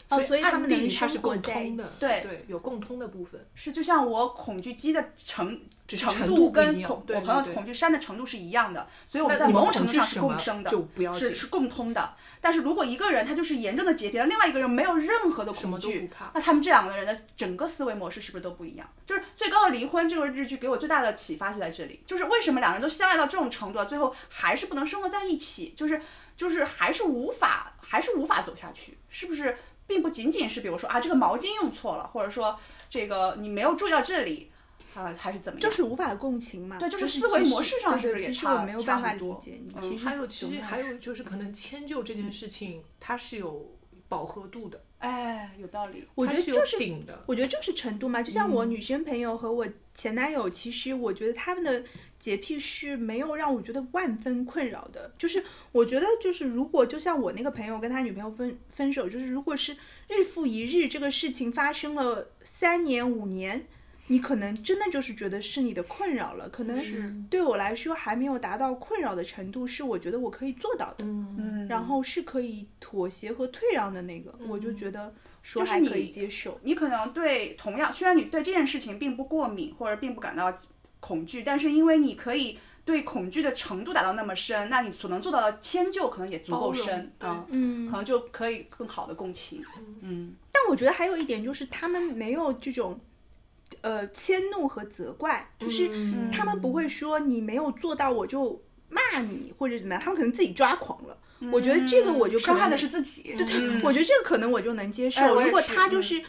Speaker 1: 哦，所以他
Speaker 3: 暗
Speaker 1: 们
Speaker 3: 地
Speaker 1: 能
Speaker 3: 里它
Speaker 1: 生
Speaker 3: 是
Speaker 1: 活
Speaker 3: 共
Speaker 1: 在一起
Speaker 3: 通的，，
Speaker 2: 对
Speaker 3: 对，有共通的部分。
Speaker 2: 是就像我恐惧肌的程
Speaker 3: 只是
Speaker 2: 程
Speaker 3: 程度不
Speaker 2: 跟
Speaker 3: 一样
Speaker 2: 恐
Speaker 3: 对
Speaker 2: 我
Speaker 3: 对
Speaker 2: 朋友
Speaker 3: 对
Speaker 2: 恐惧山的程度是一样的，所以我们
Speaker 3: 那
Speaker 2: 在
Speaker 3: 你们
Speaker 2: 某种程度
Speaker 3: 恐惧
Speaker 2: 上是
Speaker 3: 什么
Speaker 2: 共生的，
Speaker 3: 就不要
Speaker 2: 是
Speaker 3: 紧
Speaker 2: 是共通的。但是如果一个人他就是严重的洁癖，而另外一个人没有任何的
Speaker 3: 什么
Speaker 2: 恐
Speaker 3: 都
Speaker 2: 惧
Speaker 3: 不怕，
Speaker 2: 那他们这两个人的整个思维模式是不是都不一样？就是《最高的离婚》这个日剧给我最大的启发就在这里，就是为什么两个人都相爱到这种程度，啊最后还是不能生活在一起，就是就是还是无法还是无法走下去，是不是？并不仅仅是比如说啊，这个毛巾用错了，或者说这个你没有注意到这里，啊，还是怎么样？
Speaker 1: 就是无法共情嘛。
Speaker 2: 对就
Speaker 1: 就是是
Speaker 2: 思维
Speaker 1: 其
Speaker 2: 模
Speaker 1: 实
Speaker 2: 式上
Speaker 1: 对
Speaker 2: 是不
Speaker 1: 对
Speaker 2: 是
Speaker 1: 其
Speaker 2: 也
Speaker 1: 实
Speaker 2: 差
Speaker 1: 我没有
Speaker 2: 差
Speaker 1: 办
Speaker 2: 很
Speaker 1: 法理
Speaker 2: 多
Speaker 1: 解你，
Speaker 2: 嗯
Speaker 1: 其实
Speaker 3: 还有，其
Speaker 1: 懂
Speaker 3: 实
Speaker 1: 那
Speaker 3: 还
Speaker 1: 种
Speaker 3: 有就是，可能迁就这件事情，它是有饱和度的，
Speaker 2: 哎，有道理。
Speaker 1: 我觉
Speaker 3: 它
Speaker 1: 得
Speaker 3: 是
Speaker 1: 就
Speaker 3: 有
Speaker 1: 是
Speaker 3: 顶的。
Speaker 1: 我觉得就是程度嘛，就像我
Speaker 2: 嗯
Speaker 1: 女生朋友和我前男友，其实我觉得他们的洁癖是没有让我觉得万分困扰的。就是我觉得，就是如果就像我那个朋友跟他女朋友分分手，就是如果是日复一日这个事情发生了三年五年，你可能真的就是觉得是你的困扰了。可
Speaker 2: 是
Speaker 1: 能对我来说还没有达到困扰的程度，是我觉得我可以做到的，
Speaker 3: 嗯，
Speaker 2: 嗯，
Speaker 1: 然后是可以妥协和退让的那个，我就觉得说
Speaker 2: 嗯就是
Speaker 1: 还可
Speaker 2: 你
Speaker 1: 以接受。
Speaker 2: 你可能对同样，虽然你对这件事情并不过敏或者并不感到恐惧，但是因为你可以对恐惧的程度达到那么深，那你所能做到的迁就可能也足
Speaker 3: 包
Speaker 2: 够
Speaker 3: 容
Speaker 2: 深
Speaker 3: 对
Speaker 2: 啊，
Speaker 1: 嗯
Speaker 2: 可能就可以更好的共情。嗯，
Speaker 1: 但我觉得还有一点就是，他们没有这种，呃，迁怒和责怪，就是
Speaker 3: 嗯
Speaker 1: 他们不会说你没有做到我就骂你或者怎么样，他们可能自己抓狂了。我觉得这个我就可
Speaker 2: 伤
Speaker 1: 能嗯
Speaker 2: 害的 嗯是自己。对对
Speaker 1: 我觉得这个可能我就能接受。
Speaker 2: 哎我也
Speaker 1: 如果
Speaker 2: 是
Speaker 1: 他就是，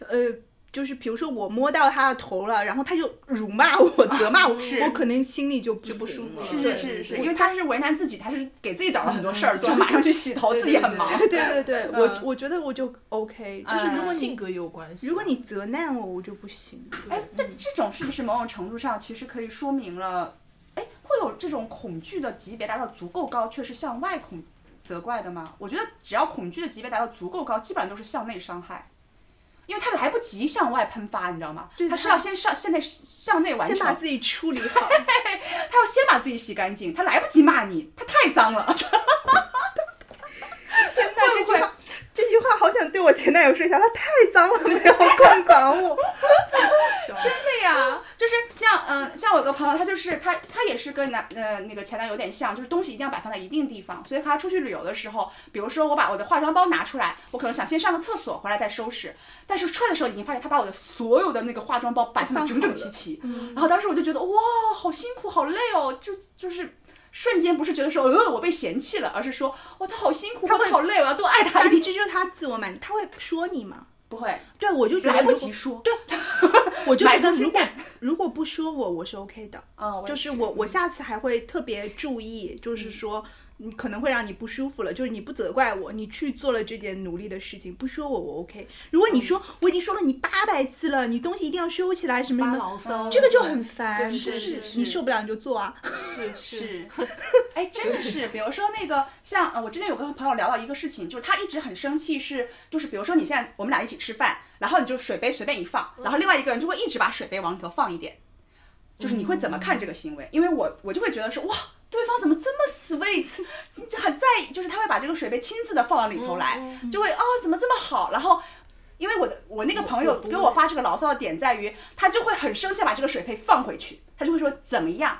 Speaker 1: 呃，就是比如说我摸到他的头了，然后他就辱骂我、责骂 我，我可能心里就不
Speaker 3: 不舒
Speaker 1: 行
Speaker 3: 服
Speaker 1: 了
Speaker 3: 了
Speaker 2: 是
Speaker 1: 对
Speaker 2: 是是是，
Speaker 1: 我嗯
Speaker 2: 因为他是为难自己，他是给自己找了很多事儿做，马上去洗头，自己很忙。
Speaker 1: 对对对，我 我觉得我就 OK，就是如
Speaker 2: 嗯哎
Speaker 1: 果
Speaker 3: 呃性
Speaker 1: 你
Speaker 3: 格也有关系。啊
Speaker 1: 如果你责难我，我就不行。
Speaker 2: 哎，但这种是不是某种程度上其实可以说明了？哎，会有这种恐惧的级别达到足够高，却是向外恐责怪的吗？我觉得只要恐惧的级别达到足够高，基本上都是向内伤害，因为他来不及向外喷发，你知道吗？
Speaker 1: 对
Speaker 2: 他需要先上向内向内完成，
Speaker 1: 先把自己处理 好。
Speaker 2: 他要先把自己洗干净，他来不及骂你，他太脏了。
Speaker 1: 天哪，这句话，这句话好想对我前男友说一下，他太脏了， 没有空管我。
Speaker 2: 对呀、就是像嗯、呃像我有个朋友，他就是他他也是跟男呃那个前男友有点像，就是东西一定要摆放在一定地方。所以他出去旅游的时候，比如说我把我的化妆包拿出来，我可能想先上个厕所，回来再收拾。但是出来的时候已经发现他把我的所有的那个化妆包摆放的整整齐齐，然后当时我就觉得哇，好辛苦，好累哦，就就是。瞬间不是觉得说呃我被嫌弃了，而是说哇他好辛苦，他好累，我要多爱他一
Speaker 1: 但
Speaker 2: 点。
Speaker 1: 这就是他自我满足，他会说你吗？
Speaker 2: 不会，
Speaker 1: 对，我就觉得
Speaker 2: 来不
Speaker 1: 如
Speaker 2: 及
Speaker 1: 果，
Speaker 2: 说。
Speaker 1: 我就
Speaker 2: 埋
Speaker 1: 觉
Speaker 2: 头
Speaker 1: 得
Speaker 2: 心
Speaker 1: 如果
Speaker 2: 干
Speaker 1: 如果不说我，我是 OK 的。
Speaker 2: 嗯，我也
Speaker 1: 就是我，我下次还会特别注意，就是说，你可能会让你不舒服了，就是你不责怪我，你去做了这件努力的事情，不说我我 OK。如
Speaker 2: 嗯
Speaker 1: 果你说我已经说了你八百次了，你东西一定要收起来什么什么，
Speaker 3: 发牢骚，
Speaker 1: 这个就很烦，
Speaker 3: 嗯对
Speaker 1: 就是是
Speaker 3: 是
Speaker 1: 你受不了你就做啊。
Speaker 3: 是是，
Speaker 2: 是，哎，真的是，比如说那个像呃，我之前有跟朋友聊到一个事情，就是他一直很生气是，就是比如说你现在我们俩一起吃饭，然后你就水杯随便一放，然后另外一个人就会一直把水杯往里头放一点，就是你会怎么看这个行为？因为我我就会觉得说哇。对方怎么这么 sweet，这 这很在意，就是他会把这个水杯亲自的放到里头来，
Speaker 1: 嗯
Speaker 2: 就会哦怎么这么好，然后因为我的我那个朋友
Speaker 3: 不
Speaker 2: 给
Speaker 3: 会
Speaker 2: 我发这个牢骚的点在于，他就会很生气地把这个水杯放回去，他就会说怎么样，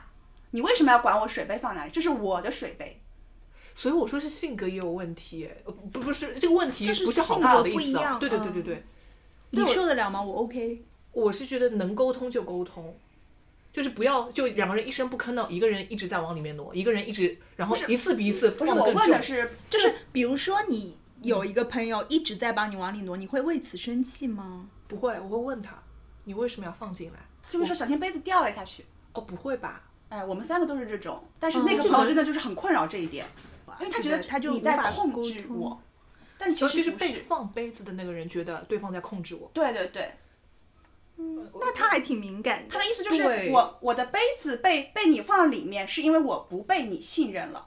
Speaker 2: 你为什么要管我水杯放哪里？这是我的水杯。
Speaker 3: 所以我说是性格也有问题，呃不不是这个问题
Speaker 1: 就是
Speaker 3: 不是好
Speaker 1: 性
Speaker 3: 不好
Speaker 1: 格
Speaker 3: 的意
Speaker 1: 不一
Speaker 3: 思啊，
Speaker 1: 样
Speaker 3: 对对对
Speaker 1: 嗯
Speaker 3: 对对，
Speaker 1: 你受得了吗？我 OK。
Speaker 3: 我是觉得能沟通就沟通，就是不要就两个人一声不吭的，一个人一直在往里面挪，一个人一直，然后一次比一次
Speaker 2: 不是
Speaker 3: 放的
Speaker 2: 我
Speaker 3: 更
Speaker 2: 问的
Speaker 3: 重。
Speaker 2: 是，
Speaker 1: 就是比如说你有一个朋友一直在帮你往里挪，你会为此生气吗？
Speaker 3: 不会，我会问他，你为什么要放进来？
Speaker 2: 就是说小心杯子掉了下去。
Speaker 3: 哦，不会吧？
Speaker 2: 哎，我们三个都是这种，但是那
Speaker 1: 嗯
Speaker 2: 个
Speaker 1: 就
Speaker 2: 朋友
Speaker 1: 很
Speaker 2: 真的就是很困扰这一点，因为他觉得
Speaker 1: 对他就
Speaker 2: 你
Speaker 1: 无
Speaker 2: 在
Speaker 1: 法
Speaker 2: 控
Speaker 1: 沟
Speaker 2: 制
Speaker 1: 通
Speaker 2: 我，但其
Speaker 3: 哦就
Speaker 2: 实
Speaker 3: 是
Speaker 2: 不
Speaker 3: 被放杯子的那个人觉得对方在控制我。
Speaker 2: 对对对，
Speaker 1: 那他还挺敏感的，
Speaker 2: 他的意思就是
Speaker 3: 对
Speaker 2: 我我的杯子被被你放到里面，是因为我不被你信任了。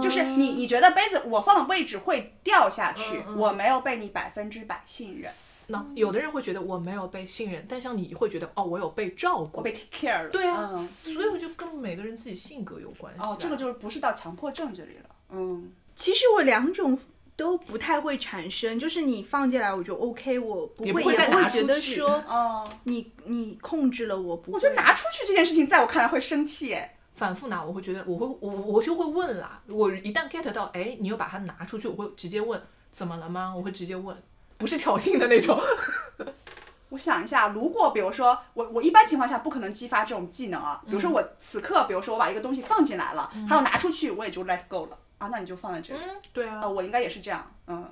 Speaker 2: 就是你，你觉得杯子我放的位置会掉下去，
Speaker 3: 哦嗯嗯
Speaker 2: 我没有被你百分之百信任，
Speaker 3: 那有的人会觉得我没有被信任，但像你会觉得哦，我有被照
Speaker 2: 我
Speaker 3: 顾。
Speaker 2: 被 take care 了。
Speaker 3: 对啊
Speaker 2: 嗯
Speaker 3: 所以我就跟每个人自己性格有关系啊。
Speaker 2: 哦，这个就是不是到强迫症这里了。嗯，
Speaker 1: 其实我两种都不太会产生，就是你放进来我就 OK，我不会
Speaker 3: 也
Speaker 1: 也
Speaker 3: 不
Speaker 1: 不
Speaker 3: 会再拿
Speaker 1: 会
Speaker 3: 出
Speaker 1: 觉得
Speaker 3: 去
Speaker 1: 说
Speaker 2: 哦，
Speaker 1: 你你控制了我，不会。
Speaker 2: 我觉得拿出去这件事情，在我看来会生气哎。
Speaker 3: 反复拿，我会觉得我会我我就会问啦。我一旦 get 到，哎，你又把它拿出去，我会直接问怎么了吗？我会直接问，不是挑衅的那种。
Speaker 2: 我想一下，如果比如说我我一般情况下不可能激发这种技能啊，比如说
Speaker 3: 嗯
Speaker 2: 我此刻，比如说我把一个东西放进来了，还要拿出去，我也就 let go 了啊，那你就放在这里。
Speaker 3: 嗯，对啊
Speaker 2: 啊，，我应该也是这样，嗯，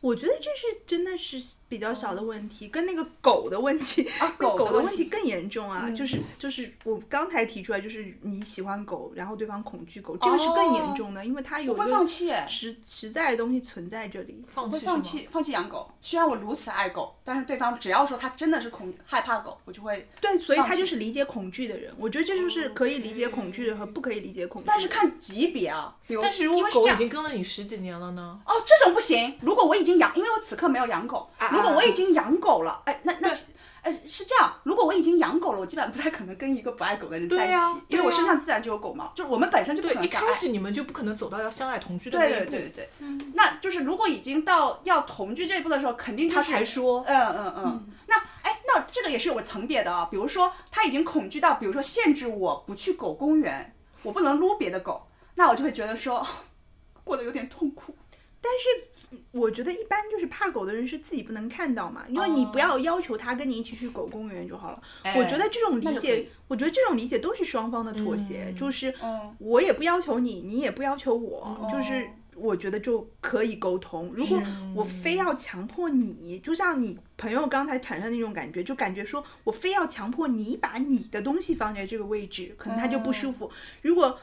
Speaker 1: 我觉得这是真的是比较小的问题，跟那个狗的问题，
Speaker 2: 啊，
Speaker 1: 那
Speaker 2: 狗
Speaker 1: 狗
Speaker 2: 的
Speaker 1: 的
Speaker 2: 问
Speaker 1: 问
Speaker 2: 题
Speaker 1: 题更严重啊！就是就是我刚才提出来，就是你喜欢狗，然后对方恐惧狗，这个是更严重的，因为它有
Speaker 2: 我
Speaker 1: 一
Speaker 2: 会放
Speaker 1: 个
Speaker 2: 弃哎。
Speaker 1: 实实在的东西存在这里。
Speaker 3: 放
Speaker 2: 会
Speaker 3: 弃
Speaker 2: 放
Speaker 3: 是吗？
Speaker 2: 弃放弃养狗，虽然我如此爱狗，但是对方只要说他真的是恐害怕狗，我就会。
Speaker 1: 对，所以
Speaker 2: 放
Speaker 1: 他就
Speaker 2: 弃哦
Speaker 1: 是理解恐惧的人。我觉得这就是可以理解恐惧的和不可以理解恐惧的人。
Speaker 2: 但是看级别啊，比如
Speaker 3: 但是如果
Speaker 2: 因为是
Speaker 3: 狗
Speaker 2: 这
Speaker 3: 已
Speaker 2: 样
Speaker 3: 经跟了你十几年了呢？
Speaker 2: 哦，这种不行。如果我已经养，因为我此刻没有养狗，
Speaker 3: 啊
Speaker 2: 如果我已经养狗了，哎，那那哎是这样，如果我已经养狗了，我基本上不太可能跟一个不爱狗的人在一
Speaker 3: 对
Speaker 2: 起，
Speaker 3: 啊
Speaker 2: 因为我
Speaker 3: 对啊
Speaker 2: 身上自然就有狗毛，就是我们本身就不可
Speaker 3: 对，
Speaker 2: 能
Speaker 3: 一
Speaker 2: 相
Speaker 3: 开
Speaker 2: 爱。
Speaker 3: 始你们就不可能走到要相爱同居的那
Speaker 2: 对
Speaker 3: 一步，
Speaker 2: 对对嗯对对，那就是如果已经到要同居这一步的时候，肯定就
Speaker 3: 他
Speaker 2: 是
Speaker 3: 才说。
Speaker 2: 嗯嗯嗯，那哎，那这个也是有个层别的啊。比如说，他已经恐惧到，比如说限制我不去狗公园，我不能撸别的狗，那我就会觉得说，过得有点痛苦。
Speaker 1: 我觉得一般就是怕狗的人是自己不能看到嘛，因为
Speaker 2: 哦
Speaker 1: 你不要要求他跟你一起去狗公园就好了。我觉得这种
Speaker 2: 哎那
Speaker 1: 理
Speaker 2: 就可
Speaker 1: 解
Speaker 2: 以，
Speaker 1: 我觉得这种理解都是双方的妥协，
Speaker 3: 嗯
Speaker 1: 就是
Speaker 2: 嗯哦
Speaker 1: 我也不要求你，你也不要求我，就是我觉得就可以沟通。如果
Speaker 2: 嗯
Speaker 1: 我非要强迫你，就像你朋友刚才产生那种感觉，就感觉说我非要强迫你把你的东西放在这个位置，可能他就不
Speaker 2: 哦
Speaker 1: 舒服。如果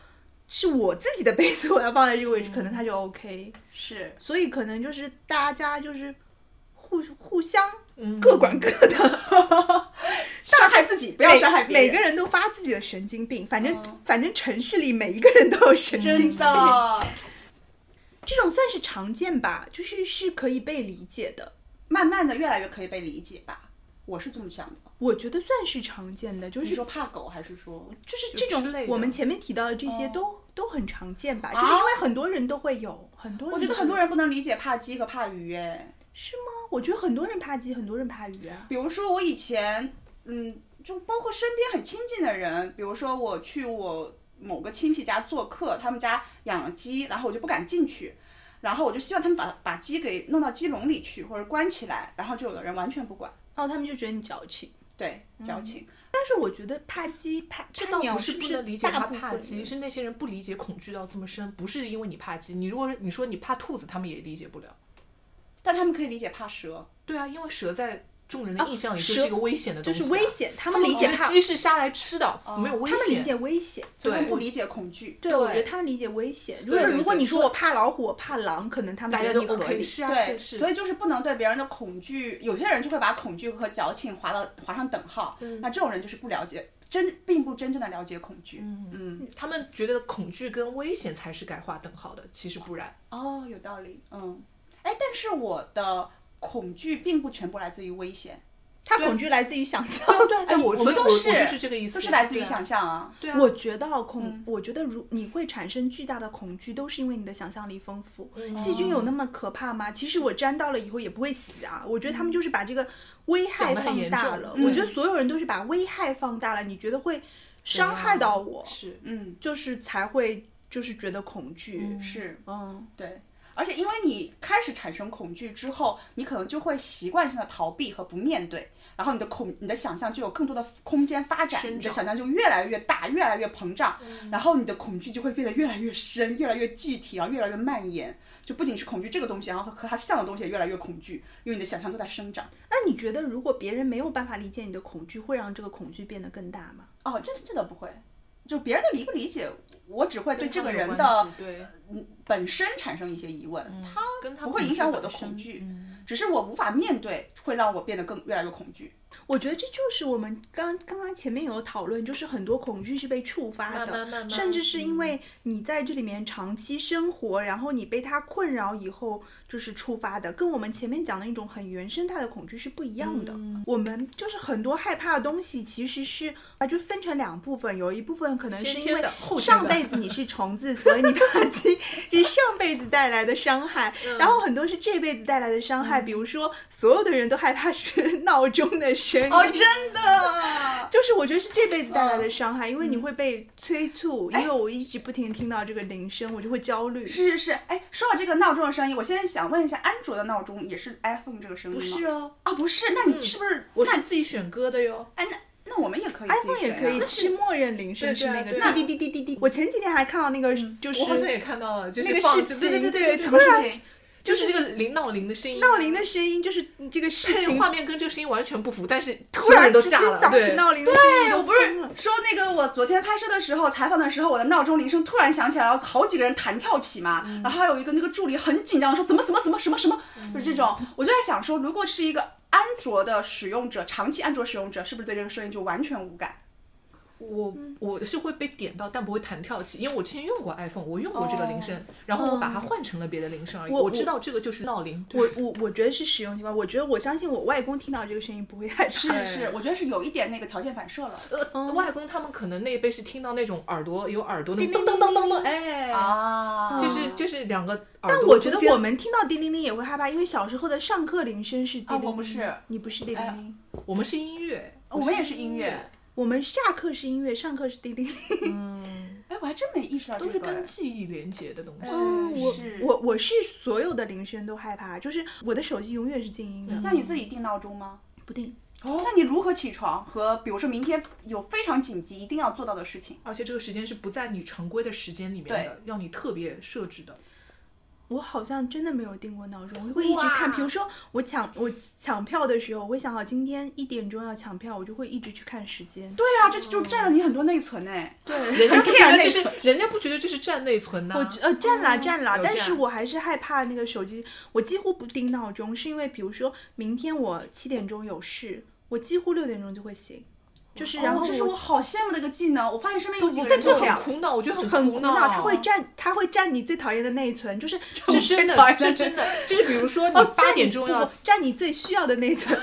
Speaker 1: 是我自己的杯子，我要放在这个位置，
Speaker 2: 嗯
Speaker 1: 可能他就 OK。
Speaker 2: 是，
Speaker 1: 所以可能就是大家就是互互相
Speaker 3: 嗯
Speaker 1: 各管各的，
Speaker 2: 嗯 伤害自己，不要伤害别人。嗯
Speaker 1: 每个人都发自己的神经病，反正、反正城市里每一个人都有神经病
Speaker 2: 真，的，
Speaker 1: 这种算是常见吧，就是是可以被理解的，
Speaker 2: 慢慢的越来越可以被理解吧，我是这么想的。
Speaker 1: 我觉得算是常见的，就
Speaker 2: 你
Speaker 1: 是
Speaker 2: 说怕狗还是说
Speaker 1: 就是
Speaker 3: 就
Speaker 1: 这
Speaker 3: 之类
Speaker 1: 种
Speaker 3: 的
Speaker 1: 我们前面提到的这
Speaker 2: 哦
Speaker 1: 些都、都很常见吧，就是因为很多人都会有，很多人
Speaker 2: 啊我觉得很多
Speaker 1: 人
Speaker 2: 人不能理解怕鸡和怕鱼哎。
Speaker 1: 是吗？我觉得很多人怕鸡，很多人怕鱼啊。
Speaker 2: 比如说我以前，嗯，就包括身边很亲近的人，比如说我去我某个亲戚家做客，他们家养了鸡，然后我就不敢进去，然后我就希望他们把把鸡给弄到鸡笼里去或者关起来，然后就有的人完全不管，
Speaker 1: 然哦后他们就觉得你矫情。
Speaker 2: 对，矫情。
Speaker 1: 但是我觉得怕鸡怕
Speaker 3: 这
Speaker 1: 怕
Speaker 3: 倒
Speaker 1: 鸟
Speaker 3: 不
Speaker 1: 是
Speaker 3: 不
Speaker 1: 是
Speaker 3: 能理解
Speaker 1: 大
Speaker 3: 他
Speaker 1: 部
Speaker 3: 怕
Speaker 1: 分
Speaker 3: 鸡，
Speaker 1: 人
Speaker 3: 是那些人不理解恐惧到这么深，不是因为你怕鸡。你如果是你说你怕兔子，他们也理解不了。
Speaker 2: 但他们可以理解怕蛇，
Speaker 3: 对啊，因为蛇在众人的印象里就
Speaker 1: 蛇
Speaker 3: 是一个危险的
Speaker 1: 就
Speaker 3: 东西、
Speaker 1: 是
Speaker 3: 啊，
Speaker 1: 危险，他们理解
Speaker 3: 觉得
Speaker 1: 怕，哦
Speaker 3: 鸡是杀来吃的，没有危
Speaker 1: 他们理
Speaker 3: 险。
Speaker 1: 解危险。
Speaker 2: 所以他们
Speaker 3: 对
Speaker 2: 不理解恐惧。
Speaker 1: 对，我觉得他们理解危险。如果
Speaker 2: 对
Speaker 1: 说
Speaker 2: 对
Speaker 1: 如果
Speaker 2: 对
Speaker 1: 你说我怕老虎，我怕狼，可能他们
Speaker 3: 大
Speaker 1: 觉得
Speaker 3: 家都
Speaker 1: 你合
Speaker 3: OK，
Speaker 1: 理。
Speaker 3: 是啊，
Speaker 2: 对，
Speaker 3: 是是
Speaker 2: 所，以就是不能对别人的恐惧，有些人就会把恐惧和矫情划到划上等号，那这种人就是不了解，真并不真正的了解恐惧。嗯
Speaker 3: 他们觉得恐惧跟危险才是该划等号的，其实不然。
Speaker 2: 哦，有道理，嗯，哎，但是我的恐惧并不全部来自于危险，
Speaker 1: 他恐惧来自于想象。
Speaker 3: 对对
Speaker 2: 哎，
Speaker 3: 对，我
Speaker 2: 们
Speaker 3: 所以我
Speaker 2: 都是
Speaker 3: 我就是这个意思，
Speaker 2: 都是来自于
Speaker 3: 对啊
Speaker 2: 想象啊。
Speaker 3: 对啊
Speaker 1: 我觉得啊恐，我觉得如你会产生巨大的恐惧，都是因为你的想象力丰富。
Speaker 3: 嗯
Speaker 1: 细菌
Speaker 3: 哦
Speaker 1: 有那么可怕吗？其实我沾到了以后也不会死啊。我觉得他们就是把这个危害
Speaker 3: 想得很
Speaker 1: 放
Speaker 3: 严
Speaker 1: 大
Speaker 3: 重
Speaker 1: 了。
Speaker 3: 嗯
Speaker 1: 我觉得所有人都是把危害放大了，你觉得会伤害到我，
Speaker 3: 是
Speaker 2: 嗯，
Speaker 1: 就是才会就是觉得恐惧。
Speaker 2: 是
Speaker 1: 嗯
Speaker 2: 对，而且因为你开始产生恐惧之后，你可能就会习惯性的逃避和不面对，然后你的恐你的想象就有更多的空间发展，你
Speaker 3: 生
Speaker 2: 的
Speaker 3: 长嗯
Speaker 2: 想象就越来越大，越来越膨胀，然后你的恐惧就会变得越来越深，越来越具体，然后越来越蔓延。就不仅是恐惧这个东西，然后和和它像的东西也越来越恐惧，因为你的想象都在生长。
Speaker 1: 那你觉得如果别人没有办法理解你的恐惧，会让这个恐惧变得更大吗？
Speaker 2: 哦，这这倒不会，就别人的理不理解，我只会对这个
Speaker 3: 跟他们有
Speaker 2: 人
Speaker 3: 关
Speaker 2: 的
Speaker 3: 系对，
Speaker 2: 本身产生一些疑问，他
Speaker 3: 跟他
Speaker 2: 不会
Speaker 3: 恐
Speaker 2: 影
Speaker 3: 惧
Speaker 2: 响我
Speaker 3: 本
Speaker 2: 的
Speaker 3: 身嗯
Speaker 2: 恐惧，只是我无法面对，会让我变得更越来越恐惧。
Speaker 1: 我觉得这就是我们刚刚刚前面有讨论，就是很多恐惧是被触发的，
Speaker 3: 慢慢慢慢嗯
Speaker 1: 甚至是因为你在这里面长期生活，然后你被它困扰以后，就是触发的，跟我们前面讲的那种很原生态的恐惧是不一样的。
Speaker 3: 嗯
Speaker 1: 我们就是很多害怕的东西，其实是啊，就分成两部分，有一部分可能是
Speaker 3: 先
Speaker 1: 因
Speaker 3: 天
Speaker 1: 为
Speaker 3: 的后天
Speaker 1: 上
Speaker 3: 的
Speaker 1: 辈子你是虫子，所以你怕鸡，是上辈子带来的伤害，
Speaker 3: 嗯
Speaker 1: 然后很多是这辈子带来的伤害，比如说所有的人都害怕是 闹钟的声
Speaker 3: 哦
Speaker 1: 音。
Speaker 2: 真的，
Speaker 1: 就是我觉得是这辈子带来的伤害，因
Speaker 3: 嗯
Speaker 1: 为你会被催促，
Speaker 3: 哎
Speaker 1: 因为我一直不停地听到这个铃声，我就会焦虑。
Speaker 2: 是是是。哎，说到这个闹钟的声音，我现在想问一下，安卓的闹钟也是 iPhone 这个声音
Speaker 3: 不
Speaker 2: 吗？
Speaker 3: 是哦，
Speaker 2: 啊，不是，那你是不是？
Speaker 3: 我
Speaker 2: 那
Speaker 3: 是自己选歌的哟。
Speaker 2: 哎，那那我们也可以自己
Speaker 1: iPhone 也
Speaker 2: 选
Speaker 1: 可以
Speaker 2: 呀
Speaker 1: 是默认铃声是那个
Speaker 3: 对对啊
Speaker 1: 滴滴滴滴滴滴。我前几天还看到那个就是
Speaker 3: 嗯我好像也看到了，就
Speaker 1: 那
Speaker 3: 是
Speaker 1: 个
Speaker 3: 放
Speaker 1: 视
Speaker 3: 着
Speaker 1: 频
Speaker 3: 对对对
Speaker 1: 对
Speaker 3: 对
Speaker 2: 什么
Speaker 1: 突然
Speaker 3: 对，
Speaker 2: 事情？
Speaker 3: 就是这个铃闹铃的声音，
Speaker 1: 闹铃的声音，就是这个事
Speaker 3: 配
Speaker 1: 情
Speaker 3: 画面跟这个声音完全不符，但是
Speaker 1: 突
Speaker 3: 突
Speaker 1: 然
Speaker 3: 都
Speaker 1: 之
Speaker 3: 炸
Speaker 1: 间
Speaker 3: 了，
Speaker 1: 响起
Speaker 3: 对，
Speaker 1: 闹铃的声音，
Speaker 2: 对，我
Speaker 1: 就
Speaker 2: 不
Speaker 1: 疯了
Speaker 2: 是说那个我昨天拍摄的时候，采访的时候，我的闹钟铃声突然响起来，然后好几个人弹跳起嘛，然后还有一个那个助理很紧张地说怎么怎么怎么什么什么，就是这种，我就在想说，如果是一个安卓的使用者，长期安卓使用者，是不是对这个声音就完全无感？
Speaker 3: 我我是会被点到，但不会弹跳起，因为我之前用过 iPhone，我用过这个铃声，然后我把它换成了别的铃声而已。
Speaker 1: 我
Speaker 3: 我知道这个就是闹铃，对
Speaker 1: 我我我觉得是使用习惯，我觉得我相信我外公听到这个声音不会害怕。
Speaker 2: 是是，我觉得是有一点那个条件反射了
Speaker 3: 呃，外公他们可能那一辈是听到那种耳朵有耳朵那
Speaker 1: 叮
Speaker 3: 种
Speaker 1: 叮
Speaker 3: 噔
Speaker 1: 叮叮
Speaker 3: 噔噔
Speaker 1: 叮
Speaker 3: 噔
Speaker 1: 叮
Speaker 3: 噔，哎，
Speaker 2: 啊
Speaker 3: 就是就是两个耳
Speaker 1: 但
Speaker 3: 朵
Speaker 1: 我觉得
Speaker 3: 中间
Speaker 1: 我们听到叮铃铃也会害怕，因为小时候的上课铃声是叮铃铃，
Speaker 2: 啊我不是哎
Speaker 1: 你不是叮铃铃，
Speaker 3: 我们是音乐，
Speaker 2: 我们也是音乐，
Speaker 1: 我们下课是音乐，上课是叮铃铃。
Speaker 2: 哎，我还真没意识到这
Speaker 3: 都
Speaker 2: 个，
Speaker 3: 是跟记忆连接的东西。
Speaker 1: 嗯我
Speaker 2: 是
Speaker 1: 我我是所有的铃声都害怕，就是我的手机永远是静音的，
Speaker 2: 那你自己定闹钟吗？
Speaker 1: 不定。
Speaker 2: 那你如何起床？和比如说明天有非常紧急一定要做到的事情？
Speaker 3: 而且这个时间是不在你常规的时间里面的，要你特别设置的。
Speaker 1: 我好像真的没有定过闹钟，我会一直看。
Speaker 3: 哇
Speaker 1: 比如说我抢我抢票的时候，我会想好今天一点钟要抢票，我就会一直去看时间。
Speaker 2: 对啊，这就占了你很多内存哎。
Speaker 1: 对，
Speaker 3: 人家不觉得这
Speaker 2: 内
Speaker 3: 是，人家不觉得这是占内存呐、
Speaker 1: 我呃占啦占啦，
Speaker 3: 有
Speaker 1: 但
Speaker 3: 占
Speaker 1: 是我还是害怕那个手机，我几乎不定闹钟，是因为比如说明天我七点钟有事，我几乎六点钟就会醒。就是
Speaker 2: 哦
Speaker 1: 然后
Speaker 2: 这是我好羡慕的一个技能，我发现身边有几个人
Speaker 3: 但这
Speaker 2: 都这
Speaker 3: 很
Speaker 2: 样。
Speaker 3: 苦恼，我觉得
Speaker 1: 很
Speaker 3: 苦
Speaker 1: 苦
Speaker 3: 恼，
Speaker 1: 恼，它会占它会占你最讨厌的那一层， 就是 只
Speaker 3: 是真
Speaker 1: 占
Speaker 3: 的，
Speaker 1: 你
Speaker 3: 是真的，就是比如说你
Speaker 1: 哦，
Speaker 3: 八
Speaker 1: 占你
Speaker 3: 点钟要
Speaker 1: 不，不占你最需要的那一层，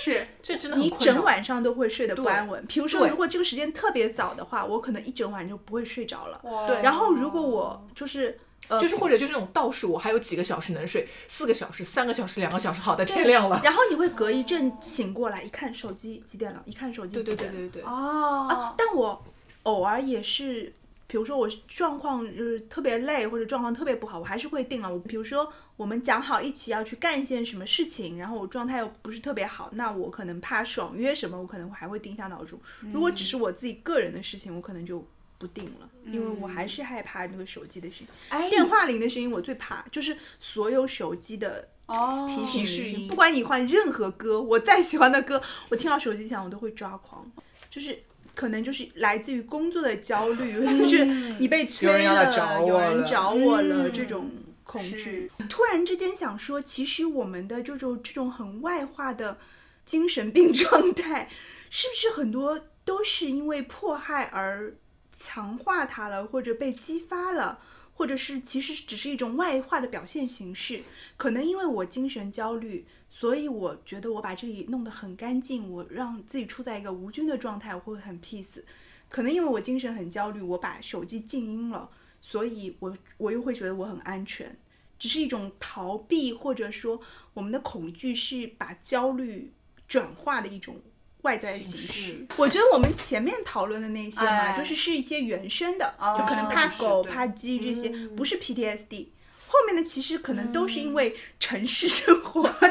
Speaker 2: 是
Speaker 3: 这真的很
Speaker 1: 你
Speaker 3: 困
Speaker 1: 整
Speaker 3: 扰。
Speaker 1: 晚上都会睡得不
Speaker 3: 对
Speaker 1: 安稳。比如说，
Speaker 3: 对
Speaker 1: 如果这个时间特别早的话，我可能一整晚就不会睡着了。
Speaker 2: 哇
Speaker 3: 对
Speaker 1: 然后如果我就是呃，
Speaker 3: 就是或者就是那种倒数，我还有几个小时能睡，四个小时、三个小时、两个小时，好的，天亮 了。
Speaker 1: 然后你会隔一阵醒过来，一看手机几点了，一看手机
Speaker 3: 对
Speaker 1: 几
Speaker 3: 对
Speaker 1: 点
Speaker 3: 对
Speaker 1: 了
Speaker 3: 对对，
Speaker 2: 哦，
Speaker 1: 但我偶尔也是，比如说我状况就是特别累或者状况特别不好，我还是会定了。我比如说我们讲好一起要去干一件什么事情，然后我状态又不是特别好，那我可能怕爽约什么，我可能还会定下闹钟。
Speaker 3: 嗯
Speaker 1: 如果只是我自己个人的事情，我可能就。不定了，因为我还是害怕那个手机的声音，
Speaker 3: 嗯
Speaker 2: 哎，
Speaker 1: 电话铃的声音我最怕，就是所有手机的
Speaker 2: 哦，
Speaker 1: 提
Speaker 3: 提
Speaker 1: 示
Speaker 3: 示
Speaker 1: 音
Speaker 3: 音
Speaker 1: 不管你换任何歌，我再喜欢的歌，我听到手机响我都会抓狂，就是。可能就是来自于工作的焦 虑，就是你被催
Speaker 3: 有
Speaker 1: 了，
Speaker 3: 人要来找我
Speaker 1: 有人
Speaker 3: 了
Speaker 1: 找我了
Speaker 2: 嗯
Speaker 1: 这种恐惧
Speaker 2: 是。
Speaker 1: 突然之间想说，其实我们的这种这种很外化的精神病 状态，是不是很多都是因为迫害而强化它了，或者被激发了，或者是其实只是一种外化的表现形式？可能因为我精神焦虑，所以我觉得我把这里弄得很干净，我让自己处在一个无菌的状态，我会很 peace。可能因为我精神很焦虑，我把手机静音了，所以我我又会觉得我很安全。只是一种逃避，或者说我们的恐惧是把焦虑转化的一种外在形
Speaker 3: 形式
Speaker 1: 式。我觉得我们前面讨论的那些嘛，
Speaker 2: 哎
Speaker 1: 就是是一些原生的，
Speaker 2: 哦嗯
Speaker 1: 就可能怕
Speaker 3: 是是
Speaker 1: 狗、
Speaker 3: 对
Speaker 1: 怕鸡这些，不是 PTSD。后面的其实可能都是因为城市生活，
Speaker 2: 对对对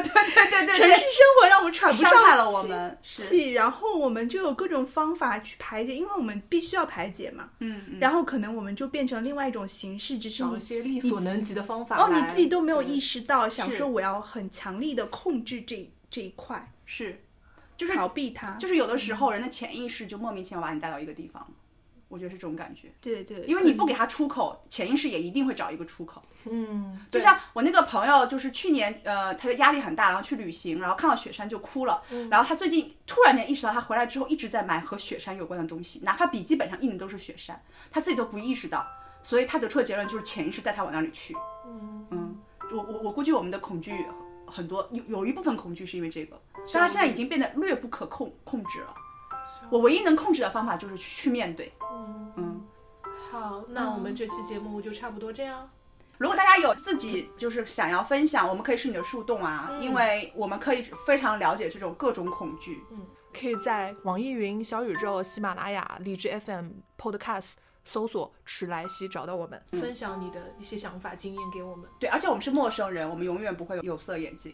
Speaker 1: 城
Speaker 2: 对
Speaker 1: 市
Speaker 2: 对，
Speaker 1: 生活让我们喘不上
Speaker 2: 伤害了
Speaker 1: 气
Speaker 2: 我们是
Speaker 1: 气，然后我们就有各种方法去排解，因为我们必须要排解嘛。
Speaker 2: 嗯嗯
Speaker 1: 然后可能我们就变成另外一种形式，只是
Speaker 3: 找
Speaker 1: 你
Speaker 3: 一些力所能及的方法
Speaker 1: 哦，你
Speaker 3: 来
Speaker 1: 自己都没有
Speaker 3: 对
Speaker 1: 意识到，想
Speaker 2: 是
Speaker 1: 说我要很强力的控制这一这一块，
Speaker 2: 是，就是
Speaker 1: 逃避它。
Speaker 2: 就是有的时候人的潜意识就莫名其妙把你带到一个地方，我觉得是这种感觉，
Speaker 1: 对对，
Speaker 2: 因为你不给他出口，潜意识也一定会找一个出口。
Speaker 3: 嗯，
Speaker 2: 就像我那个朋友，就是去年，呃，他的压力很大，然后去旅行，然后看到雪山就哭了。然后他最近突然间意识到，他回来之后一直在买和雪山有关的东西，哪怕笔记本上印的都是雪山，他自己都不意识到。所以他得出的结论就是潜意识带他往那里去。嗯，我我我估计我们的恐惧很多，有有一部分恐惧是因为这个，但他现在已经变得略不可控控制了。我唯一能控制的方法就是去面对。嗯。
Speaker 3: 好，那我们这期节目就差不多这样。
Speaker 2: 如果大家有自己就是想要分享，我们可以是你的树洞啊，因为我们可以非常了解这种各种恐惧。
Speaker 3: 可以在网易云、小宇宙、喜马拉雅、荔枝 FM、Podcast 搜索“迟来兮”找到我们，
Speaker 1: 嗯
Speaker 3: 分享你的一些想法、经验给我们。
Speaker 2: 对，而且我们是陌生人，我们永远不会有有色眼镜。